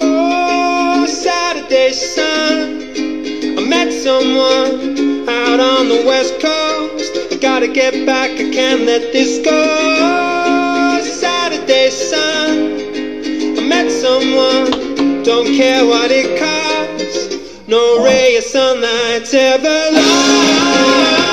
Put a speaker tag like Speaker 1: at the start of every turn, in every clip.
Speaker 1: Oh, Saturday sun. I met someone out on the west coast. I gotta get back, I can't let this go. Saturday sun. I met someone, don't care what it costs. No ray of sunlight's ever lost.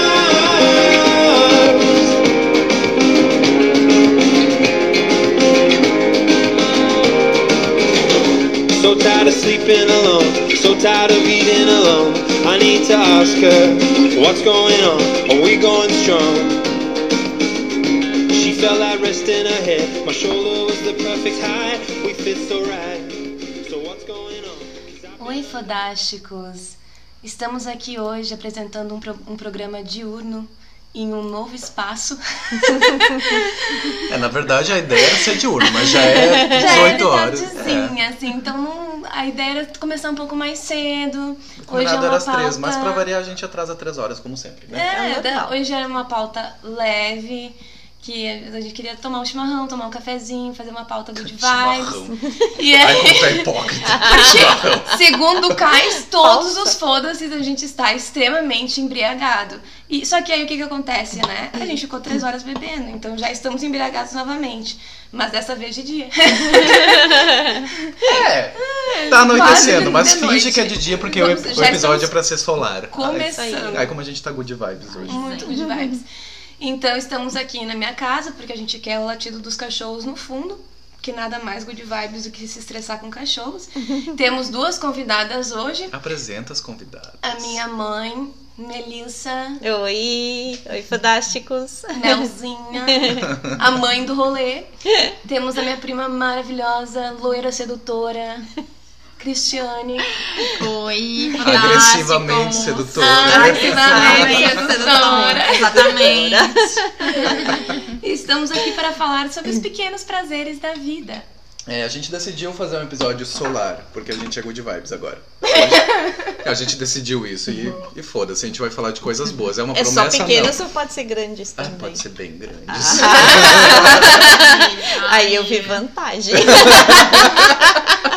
Speaker 1: So tired of sleeping alone, so tired of eating alone. I need to ask her, what's going on? Are we going strong? She felt like resting her head. My shoulder was the perfect height. We fit so right. So what's going on? 'Cause I've
Speaker 2: Oi, fodásticos! Estamos aqui hoje apresentando um, pro- um programa diurno em um novo espaço.
Speaker 3: É, na verdade a ideia era ser diurno, mas já é 18
Speaker 2: então,
Speaker 3: horas. É.
Speaker 2: tardezinha, assim, então não- a ideia era começar um pouco mais cedo. Hoje
Speaker 3: Hoje
Speaker 2: é
Speaker 3: Nada
Speaker 2: uma
Speaker 3: era às
Speaker 2: pauta...
Speaker 3: três, mas pra variar a gente atrasa três horas, como sempre, né?
Speaker 2: É,
Speaker 4: É normal.
Speaker 2: da- hoje era uma pauta leve, que a gente queria tomar um chimarrão, tomar um cafezinho, fazer uma pauta good vibes.
Speaker 3: Chimarrão.
Speaker 2: E
Speaker 3: Ai,
Speaker 2: aí,
Speaker 3: como tá hipócrita.
Speaker 2: segundo o Cais, todos os foda-se a gente está extremamente embriagado. E, só que aí o que, que acontece, né? A gente ficou três horas bebendo, então já estamos embriagados novamente. Mas dessa vez de dia.
Speaker 3: É, tá
Speaker 2: Quase
Speaker 3: anoitecendo, mas
Speaker 2: de noite.
Speaker 3: finge que é de dia, porque o ep-
Speaker 2: Vamos,
Speaker 3: o
Speaker 2: já
Speaker 3: episódio
Speaker 2: estamos
Speaker 3: é pra ser solar.
Speaker 2: Começando.
Speaker 3: Ai, como a gente tá good vibes hoje.
Speaker 2: Muito good vibes. Então estamos aqui na minha casa porque a gente quer o latido dos cachorros no fundo, que nada mais good vibes do que se estressar com cachorros. Temos duas convidadas hoje,
Speaker 3: Apresenta as convidadas.
Speaker 2: a minha mãe, Melissa,
Speaker 4: Oi, oi fodásticos.
Speaker 2: Nelzinha, a mãe do rolê. Temos a minha prima maravilhosa, loira sedutora, Cristiane.
Speaker 5: Foi
Speaker 3: Agressivamente
Speaker 5: fantástico.
Speaker 2: Ah,
Speaker 3: sedutora.
Speaker 2: Agressivamente sedutora.
Speaker 5: Exatamente.
Speaker 2: Estamos aqui para falar sobre os pequenos prazeres da vida.
Speaker 3: É, a gente decidiu fazer um episódio solar, porque a gente é good vibes agora. Hoje, a gente decidiu isso e, e foda-se, a gente vai falar de coisas boas. É uma
Speaker 4: É só
Speaker 3: promessa
Speaker 4: pequeno,
Speaker 3: não.
Speaker 4: só pode ser grandes
Speaker 3: Ah,
Speaker 4: também. Ah.
Speaker 3: pode ser bem grande.
Speaker 4: Aí eu vi vantagem.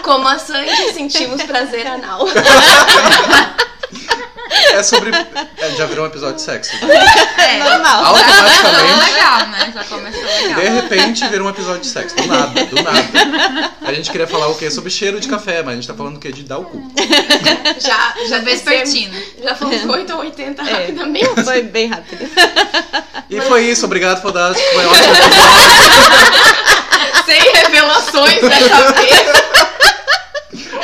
Speaker 2: Como a Sandy, sentimos prazer anal.
Speaker 3: É sobre. é, já virou um episódio de sexo.
Speaker 4: É normal.
Speaker 3: Automaticamente,
Speaker 5: legal, né? Já começou legal.
Speaker 3: de repente, virou um episódio de sexo. Do nada, do nada. A gente queria falar o quê? Sobre cheiro de café, mas a gente tá falando o quê? De dar o cu.
Speaker 2: Já, já Uhum.
Speaker 5: Já despertino.
Speaker 2: Já fomos 8 ou 80
Speaker 4: É.
Speaker 2: rapidamente.
Speaker 4: Foi bem rápido.
Speaker 3: E foi isso, obrigado, Fodástico. Foi ótimo.
Speaker 2: Sem revelações né? dessa vez.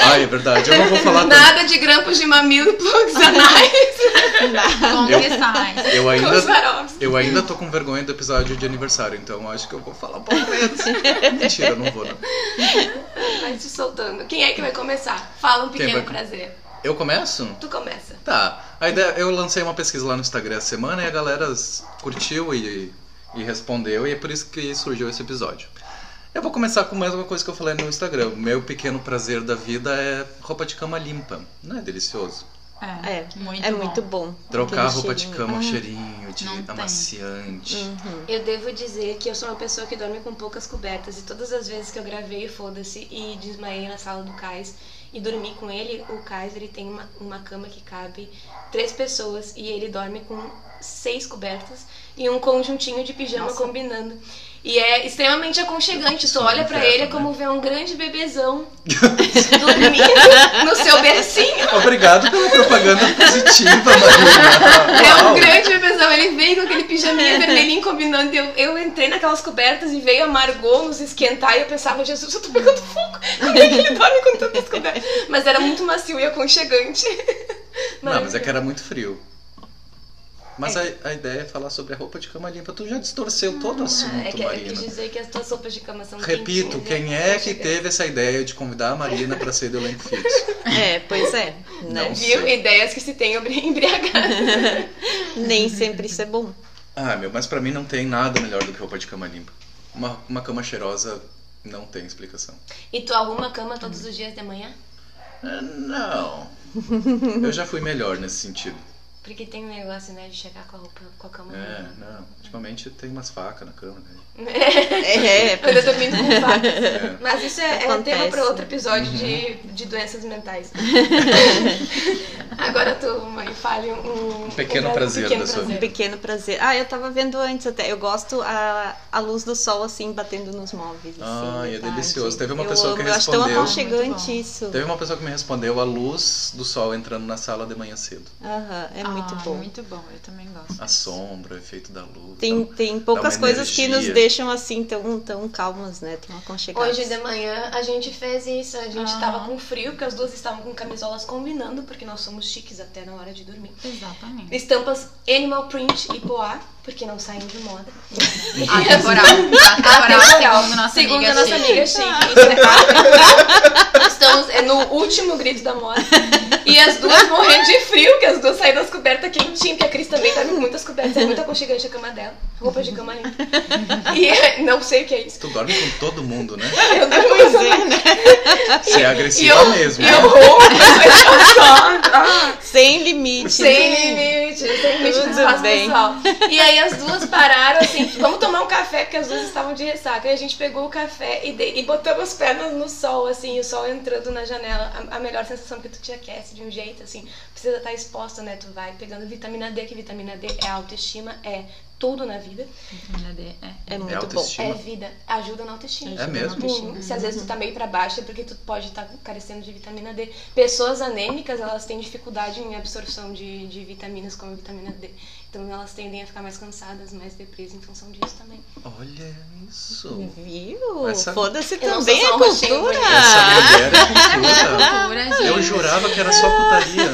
Speaker 3: Ai, é verdade. Eu não vou falar tanto.
Speaker 2: Nada de grampos de mamilo e plugs anais.
Speaker 5: Com
Speaker 3: Eu-
Speaker 5: questões.
Speaker 3: Eu
Speaker 2: Com
Speaker 3: ainda.
Speaker 2: os varós.
Speaker 3: Eu ainda tô com vergonha do episódio de aniversário, então eu acho que eu vou falar um pouco menos. Mentira, eu não vou, não.
Speaker 2: Vai se soltando. Quem é que vai começar? Fala um
Speaker 3: Quem
Speaker 2: pequeno
Speaker 3: vai-
Speaker 2: prazer.
Speaker 3: Eu começo?
Speaker 2: Tu começa.
Speaker 3: Tá. A ideia, eu lancei uma pesquisa lá no Instagram essa semana e a galera s- curtiu e, e respondeu, e é por isso que surgiu esse episódio. Eu vou começar com a mesma coisa que eu falei no Instagram. O meu pequeno prazer da vida é roupa de cama limpa. Não é delicioso?
Speaker 4: É,
Speaker 5: muito
Speaker 4: é
Speaker 5: bom.
Speaker 4: muito bom.
Speaker 3: Trocar a
Speaker 4: Aquele
Speaker 3: roupa de
Speaker 4: cheirinho.
Speaker 3: cama, o
Speaker 4: Ah,
Speaker 3: cheirinho de
Speaker 5: não tem.
Speaker 3: amaciante.
Speaker 4: Uhum.
Speaker 2: Eu devo dizer que eu sou uma pessoa que dorme com poucas cobertas e todas as vezes que eu gravei, foda-se, e desmaiei na sala do Cais e dormi com ele, o Cais ele tem uma, uma cama que cabe três pessoas e ele dorme com seis cobertas e um conjuntinho de pijama combinando. E é extremamente aconchegante. Tu
Speaker 3: Isso é um
Speaker 2: olha pra
Speaker 3: inferno,
Speaker 2: ele é
Speaker 3: né?
Speaker 2: como ver um grande bebezão dormindo no seu bercinho.
Speaker 3: Obrigado pela propaganda positiva, Marina.
Speaker 2: É um
Speaker 3: Uau.
Speaker 2: grande bebezão, ele veio com aquele pijaminha vermelhinho combinando. e Eu, eu entrei naquelas cobertas e veio a Margot nos esquentar e eu pensava, Jesus, eu tô pegando fogo. Como é que ele dorme com tantas cobertas? Mas era muito macio e aconchegante.
Speaker 3: Não, mas é que era muito frio. Mas a, a ideia é falar sobre a roupa de cama limpa. Tu já distorceu todo o assunto,
Speaker 2: É que eu quis
Speaker 3: Marina.
Speaker 2: dizer que as tuas roupas de cama são
Speaker 3: Repito,
Speaker 2: quentinhas,
Speaker 3: quem
Speaker 2: né?
Speaker 3: é que teve essa ideia de convidar a Marina pra ser do elenco fixo?
Speaker 4: É, pois é.
Speaker 3: Não
Speaker 4: Né?
Speaker 2: Viu?
Speaker 3: sei.
Speaker 2: Ideias que se tem embriagadas.
Speaker 4: Nem sempre isso é bom.
Speaker 3: Ah, meu, mas pra mim não tem nada melhor do que roupa de cama limpa. Uma, uma cama cheirosa não tem explicação.
Speaker 2: E tu arruma a cama todos os dias de manhã?
Speaker 3: Ah, Não. Eu já fui melhor nesse sentido.
Speaker 6: Porque tem um negócio, né, de chegar com a roupa, com a cama.
Speaker 3: É,
Speaker 6: limpa.
Speaker 3: não. Ultimamente tem umas facas na cama, né?
Speaker 4: É, é,
Speaker 6: Eu dormindo com vacas.
Speaker 3: É.
Speaker 6: Mas isso é, é
Speaker 4: Acontece.
Speaker 6: tema para outro episódio de,
Speaker 3: Uhum.
Speaker 6: de doenças mentais. Agora tu, mãe, fale um,
Speaker 3: Um pequeno
Speaker 6: um
Speaker 3: prazer
Speaker 6: pequeno
Speaker 3: da sua
Speaker 4: um
Speaker 6: prazer.
Speaker 4: pequeno prazer. Ah, eu tava vendo antes até. Eu gosto a, a luz do sol assim batendo nos móveis.
Speaker 3: Ah,
Speaker 4: assim,
Speaker 3: e é
Speaker 4: de tarde.
Speaker 3: delicioso. Teve uma
Speaker 4: eu
Speaker 3: pessoa que
Speaker 4: amo, eu acho tão
Speaker 3: respondeu.
Speaker 5: Muito bom.
Speaker 4: aconchegante isso.
Speaker 3: Teve uma pessoa que me respondeu a luz do sol entrando na sala de manhã cedo.
Speaker 4: Aham, é muito
Speaker 5: Ah,
Speaker 4: bom.
Speaker 5: Muito bom, eu também gosto.
Speaker 3: A sombra, o efeito da luz.
Speaker 4: Tem, tem poucas
Speaker 3: uma
Speaker 4: coisas que nos
Speaker 3: energia.
Speaker 4: deixam assim tão, tão calmas, né? Tão aconchegadas.
Speaker 6: Hoje de manhã a gente fez isso, a gente
Speaker 5: Aham.
Speaker 6: tava com frio, porque as duas estavam com camisolas combinando, porque nós somos chiques até na hora de dormir.
Speaker 5: Exatamente.
Speaker 6: Estampas Animal Print e Poá, porque não saem de moda.
Speaker 5: Atemporal. Atemporal, segundo é nossa amiga.
Speaker 6: Segundo a nossa
Speaker 5: Chique.
Speaker 6: amiga Chique. Estamos é, no último grito da moda. E as duas morrendo de frio, que as duas saíram das cobertas quentinhas, porque a Cris também tava com muitas cobertas, é muito aconchegante a cama dela. Roupa de cama limpa. E é, não sei o que é isso.
Speaker 3: Tu dorme com todo mundo, né?
Speaker 6: Eu não
Speaker 4: Pois é, né?
Speaker 3: Você é
Speaker 6: E
Speaker 3: agressiva
Speaker 6: eu,
Speaker 3: mesmo.
Speaker 6: e eu roubo, mas eu só. Ah.
Speaker 4: Sem limite. né?
Speaker 6: Sem limite, sem limite no
Speaker 4: Tudo
Speaker 6: espaço
Speaker 4: bem.
Speaker 6: pessoal. E aí as duas pararam assim, vamos tomar um café, porque as duas estavam de ressaca. E a gente pegou o café e, de- e botamos as pernas no sol, assim, e o sol entrando na janela. A, a melhor sensação que tu te aquece de um jeito, assim, precisa estar exposta, né? Tu vai pegando vitamina D, que vitamina D é autoestima, é tudo na vida.
Speaker 5: Vitamina D, é.
Speaker 4: É muito bom.
Speaker 3: autoestima.
Speaker 6: É vida, ajuda na autoestima.
Speaker 3: tipo. É mesmo?
Speaker 6: Uhum. Se às vezes tu tá meio pra baixo, é porque tu pode estar carecendo de vitamina D. Pessoas anêmicas, elas têm dificuldade em absorção de, de vitaminas como a vitamina D. Então elas tendem a ficar mais cansadas, mais depresas em função disso também.
Speaker 3: Olha isso.
Speaker 4: Viu?
Speaker 3: Essa-
Speaker 4: Foda-se
Speaker 6: Eu não
Speaker 4: também
Speaker 6: sou
Speaker 4: a
Speaker 6: só um roxinho
Speaker 4: cultura.
Speaker 3: Essa mulher é cultura.
Speaker 5: Cultura, gente.
Speaker 3: Eu jurava que era só putaria.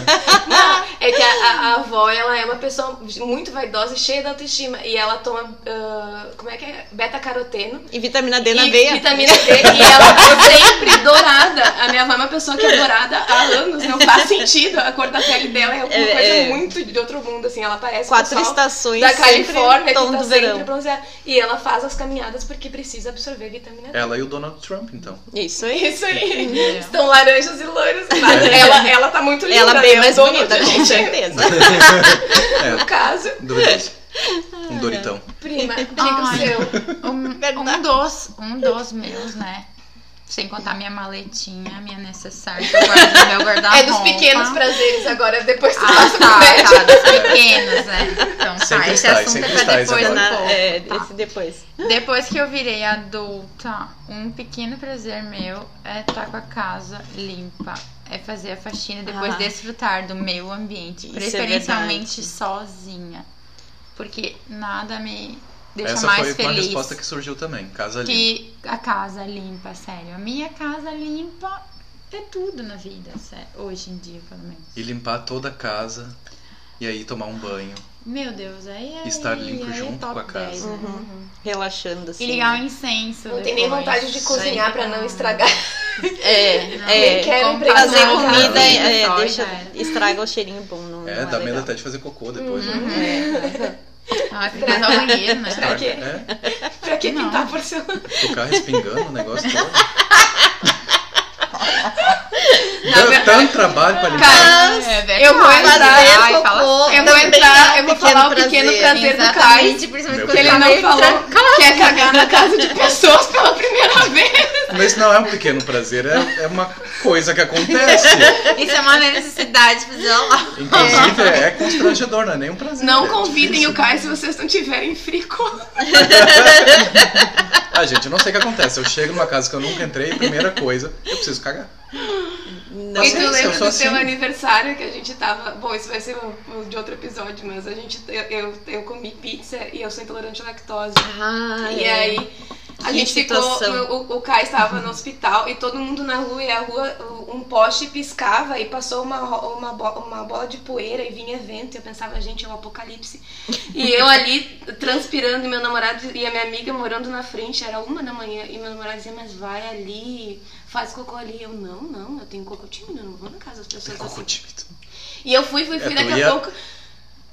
Speaker 6: Não, é que a, a- a avó, ela é uma pessoa muito vaidosa e cheia de autoestima. E ela toma, ah, como é que é? Beta-caroteno.
Speaker 4: E vitamina D na
Speaker 6: e
Speaker 4: veia.
Speaker 6: vitamina D. E ela tá sempre dourada. A minha avó é uma pessoa que é dourada há anos. Não faz sentido. A cor da pele dela é alguma
Speaker 4: É,
Speaker 6: coisa
Speaker 4: é.
Speaker 6: muito de outro mundo, assim. Ela parece o
Speaker 4: Quatro
Speaker 6: pessoal
Speaker 4: estações.
Speaker 6: da
Speaker 4: sempre
Speaker 6: Califórnia que
Speaker 4: tom
Speaker 6: tá
Speaker 4: do verão.
Speaker 6: sempre bronzeada. E ela faz as caminhadas porque precisa absorver vitamina D.
Speaker 3: Ela e o Donald Trump, então.
Speaker 4: Isso aí.
Speaker 6: Isso aí.
Speaker 5: É.
Speaker 6: Estão laranjas e loiros.
Speaker 3: É.
Speaker 6: Mas ela, ela tá muito linda.
Speaker 4: Ela é bem
Speaker 6: né?
Speaker 4: mais
Speaker 6: Eu dou no
Speaker 4: bonita, com
Speaker 6: jeito,
Speaker 4: certeza.
Speaker 6: No caso,
Speaker 3: Duvidoso. É. Um Doritão.
Speaker 6: prima, diga o
Speaker 5: Ai.
Speaker 6: seu.
Speaker 5: Um, um dos, um dos meus, né? Sem contar minha maletinha, minha necessária, que eu guardo no meu guarda-roupa.
Speaker 6: É dos pequenos prazeres agora, depois tu
Speaker 5: tá Ah,
Speaker 6: passa pro
Speaker 5: tá,
Speaker 6: médico.
Speaker 5: tá, dos pequenos, né? Então
Speaker 3: Sempre
Speaker 5: tá, esse
Speaker 3: está,
Speaker 5: assunto é
Speaker 3: sempre
Speaker 5: pra
Speaker 3: está,
Speaker 5: depois um
Speaker 3: Isabela.
Speaker 5: pouco.
Speaker 4: é,
Speaker 5: Tá.
Speaker 4: esse depois.
Speaker 5: Depois que eu virei adulta, um pequeno prazer meu é estar com a casa limpa. É fazer a faxina e depois
Speaker 4: Ah.
Speaker 5: desfrutar do meu ambiente,
Speaker 4: Isso é
Speaker 5: preferencialmente sozinha. Porque nada me deixa
Speaker 3: Essa
Speaker 5: mais
Speaker 3: foi uma
Speaker 5: feliz
Speaker 3: resposta que surgiu também. Casa limpa.
Speaker 5: que a casa limpa, sério. A minha casa limpa é tudo na vida, sério. Hoje em dia, pelo menos.
Speaker 3: E limpar toda a casa. E aí tomar um banho.
Speaker 5: Meu Deus, aí é.
Speaker 3: Estar limpo
Speaker 5: aí é
Speaker 3: junto
Speaker 5: top
Speaker 3: com a casa.
Speaker 5: 10, né?
Speaker 4: Uhum. Relaxando, assim.
Speaker 5: E
Speaker 6: um
Speaker 5: ligar
Speaker 4: né?
Speaker 5: o incenso.
Speaker 6: Não tem nem
Speaker 5: depois.
Speaker 6: vontade de
Speaker 5: Isso
Speaker 6: cozinhar
Speaker 5: aí.
Speaker 6: pra não estragar.
Speaker 4: É,
Speaker 6: Nem
Speaker 4: é.
Speaker 6: quero
Speaker 5: comprar
Speaker 4: Fazer
Speaker 5: nada.
Speaker 4: comida é,
Speaker 5: Só,
Speaker 4: deixa,
Speaker 5: já era.
Speaker 4: estraga o cheirinho bom. Não,
Speaker 3: É,
Speaker 4: não
Speaker 3: dá medo
Speaker 4: legal.
Speaker 3: até de fazer cocô depois, né?
Speaker 5: Ah, fica só o banheiro, né?
Speaker 6: Pra quê?
Speaker 3: É,
Speaker 6: Pra que
Speaker 5: Não.
Speaker 6: pintar porcelana?
Speaker 3: ficar respingando o negócio todo.
Speaker 5: Na
Speaker 3: Dá
Speaker 5: verdade-
Speaker 3: tanto trabalho pra limpar.
Speaker 5: Cara, eu vou
Speaker 4: Fazer
Speaker 5: entrar. Ai,
Speaker 4: cocô
Speaker 5: fala-
Speaker 6: Eu vou
Speaker 4: também
Speaker 6: entrar,
Speaker 4: é
Speaker 6: eu vou
Speaker 4: pequeno
Speaker 6: falar o pequeno prazer do Caio.
Speaker 5: Exatamente, principalmente
Speaker 3: Meu
Speaker 5: quando
Speaker 6: Ele
Speaker 5: tá
Speaker 6: não
Speaker 5: meio
Speaker 6: falou
Speaker 5: trancado.
Speaker 6: que é cagar na casa de pessoas pela primeira vez.
Speaker 3: Mas não é um pequeno prazer, é, é uma coisa que acontece.
Speaker 5: Isso é uma necessidade, fazer
Speaker 3: Inclusive, é constrangedor, não é nem um prazer.
Speaker 6: Não
Speaker 3: É
Speaker 6: convidem
Speaker 3: difícil.
Speaker 6: o Caio se vocês não tiverem fricola.
Speaker 3: Ah, gente, eu não sei o que acontece. Eu chego numa casa que eu nunca entrei e, primeira coisa, eu preciso cagar.
Speaker 4: Não,
Speaker 6: E
Speaker 3: Mas
Speaker 6: tu
Speaker 3: é isso,
Speaker 6: lembra
Speaker 3: eu
Speaker 6: do
Speaker 3: sou
Speaker 6: seu
Speaker 3: assim.
Speaker 6: aniversário que a gente tava. Bom, isso vai ser um, um de outro episódio, mas a gente. Eu, eu, eu comi pizza e eu sou intolerante à lactose.
Speaker 4: Ah,
Speaker 6: E
Speaker 4: é.
Speaker 6: aí a
Speaker 4: Que
Speaker 6: gente
Speaker 4: situação.
Speaker 6: ficou. O, o Kai estava no hospital e todo mundo na rua e a rua, um poste piscava e passou uma, ro- uma, bo- uma bola de poeira e vinha vento. E eu pensava, gente, é o apocalipse. E eu ali transpirando, e meu namorado e a minha amiga morando na frente, era uma da manhã, e meu namorado dizia, mas vai ali, faz cocô ali. Eu, não, não, eu tenho cocô tímido, eu não vou na casa das pessoas
Speaker 3: Cocô
Speaker 6: assim.
Speaker 3: tímido.
Speaker 6: E eu fui, fui, fui,
Speaker 3: É, tu
Speaker 6: daqui a
Speaker 3: ia-
Speaker 6: pouco.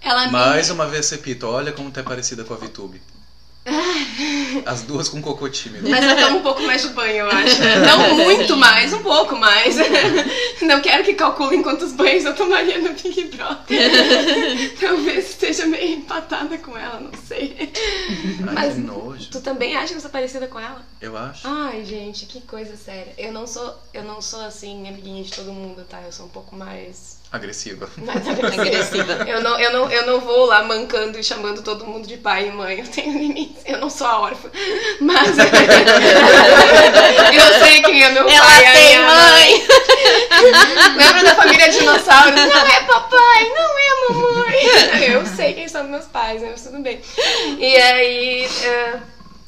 Speaker 6: Ela me
Speaker 3: Mais uma vez, repito, olha como tu é parecida com a VTube. As duas com cocô tímido.
Speaker 6: Mas eu tomo um pouco mais de banho, eu acho. Não muito mais, um pouco mais. Não quero que calculem quantos banhos eu tomaria no Big Brother. Talvez esteja meio empatada com ela, não sei.
Speaker 3: Ai,
Speaker 6: mas-
Speaker 3: que nojo.
Speaker 6: Tu também acha que eu sou parecida tá com ela?
Speaker 3: Eu acho.
Speaker 6: Ai, gente, que coisa séria. Eu não sou, eu não sou assim, amiguinha de todo mundo, tá? Eu sou um pouco mais.
Speaker 3: Agressiva.
Speaker 6: mais
Speaker 4: Agressiva.
Speaker 6: Eu não, eu, não, eu não vou lá mancando e chamando todo mundo de pai e mãe. Eu tenho limites. Eu não sou a órfã. Mas. eu sei quem é meu
Speaker 4: Ela
Speaker 6: pai. a
Speaker 4: tem
Speaker 6: minha
Speaker 4: mãe!
Speaker 6: Lembra da família dinossauro? Não é papai, não é mamãe. Eu sei quem são meus pais, né? mas tudo bem. E aí eh,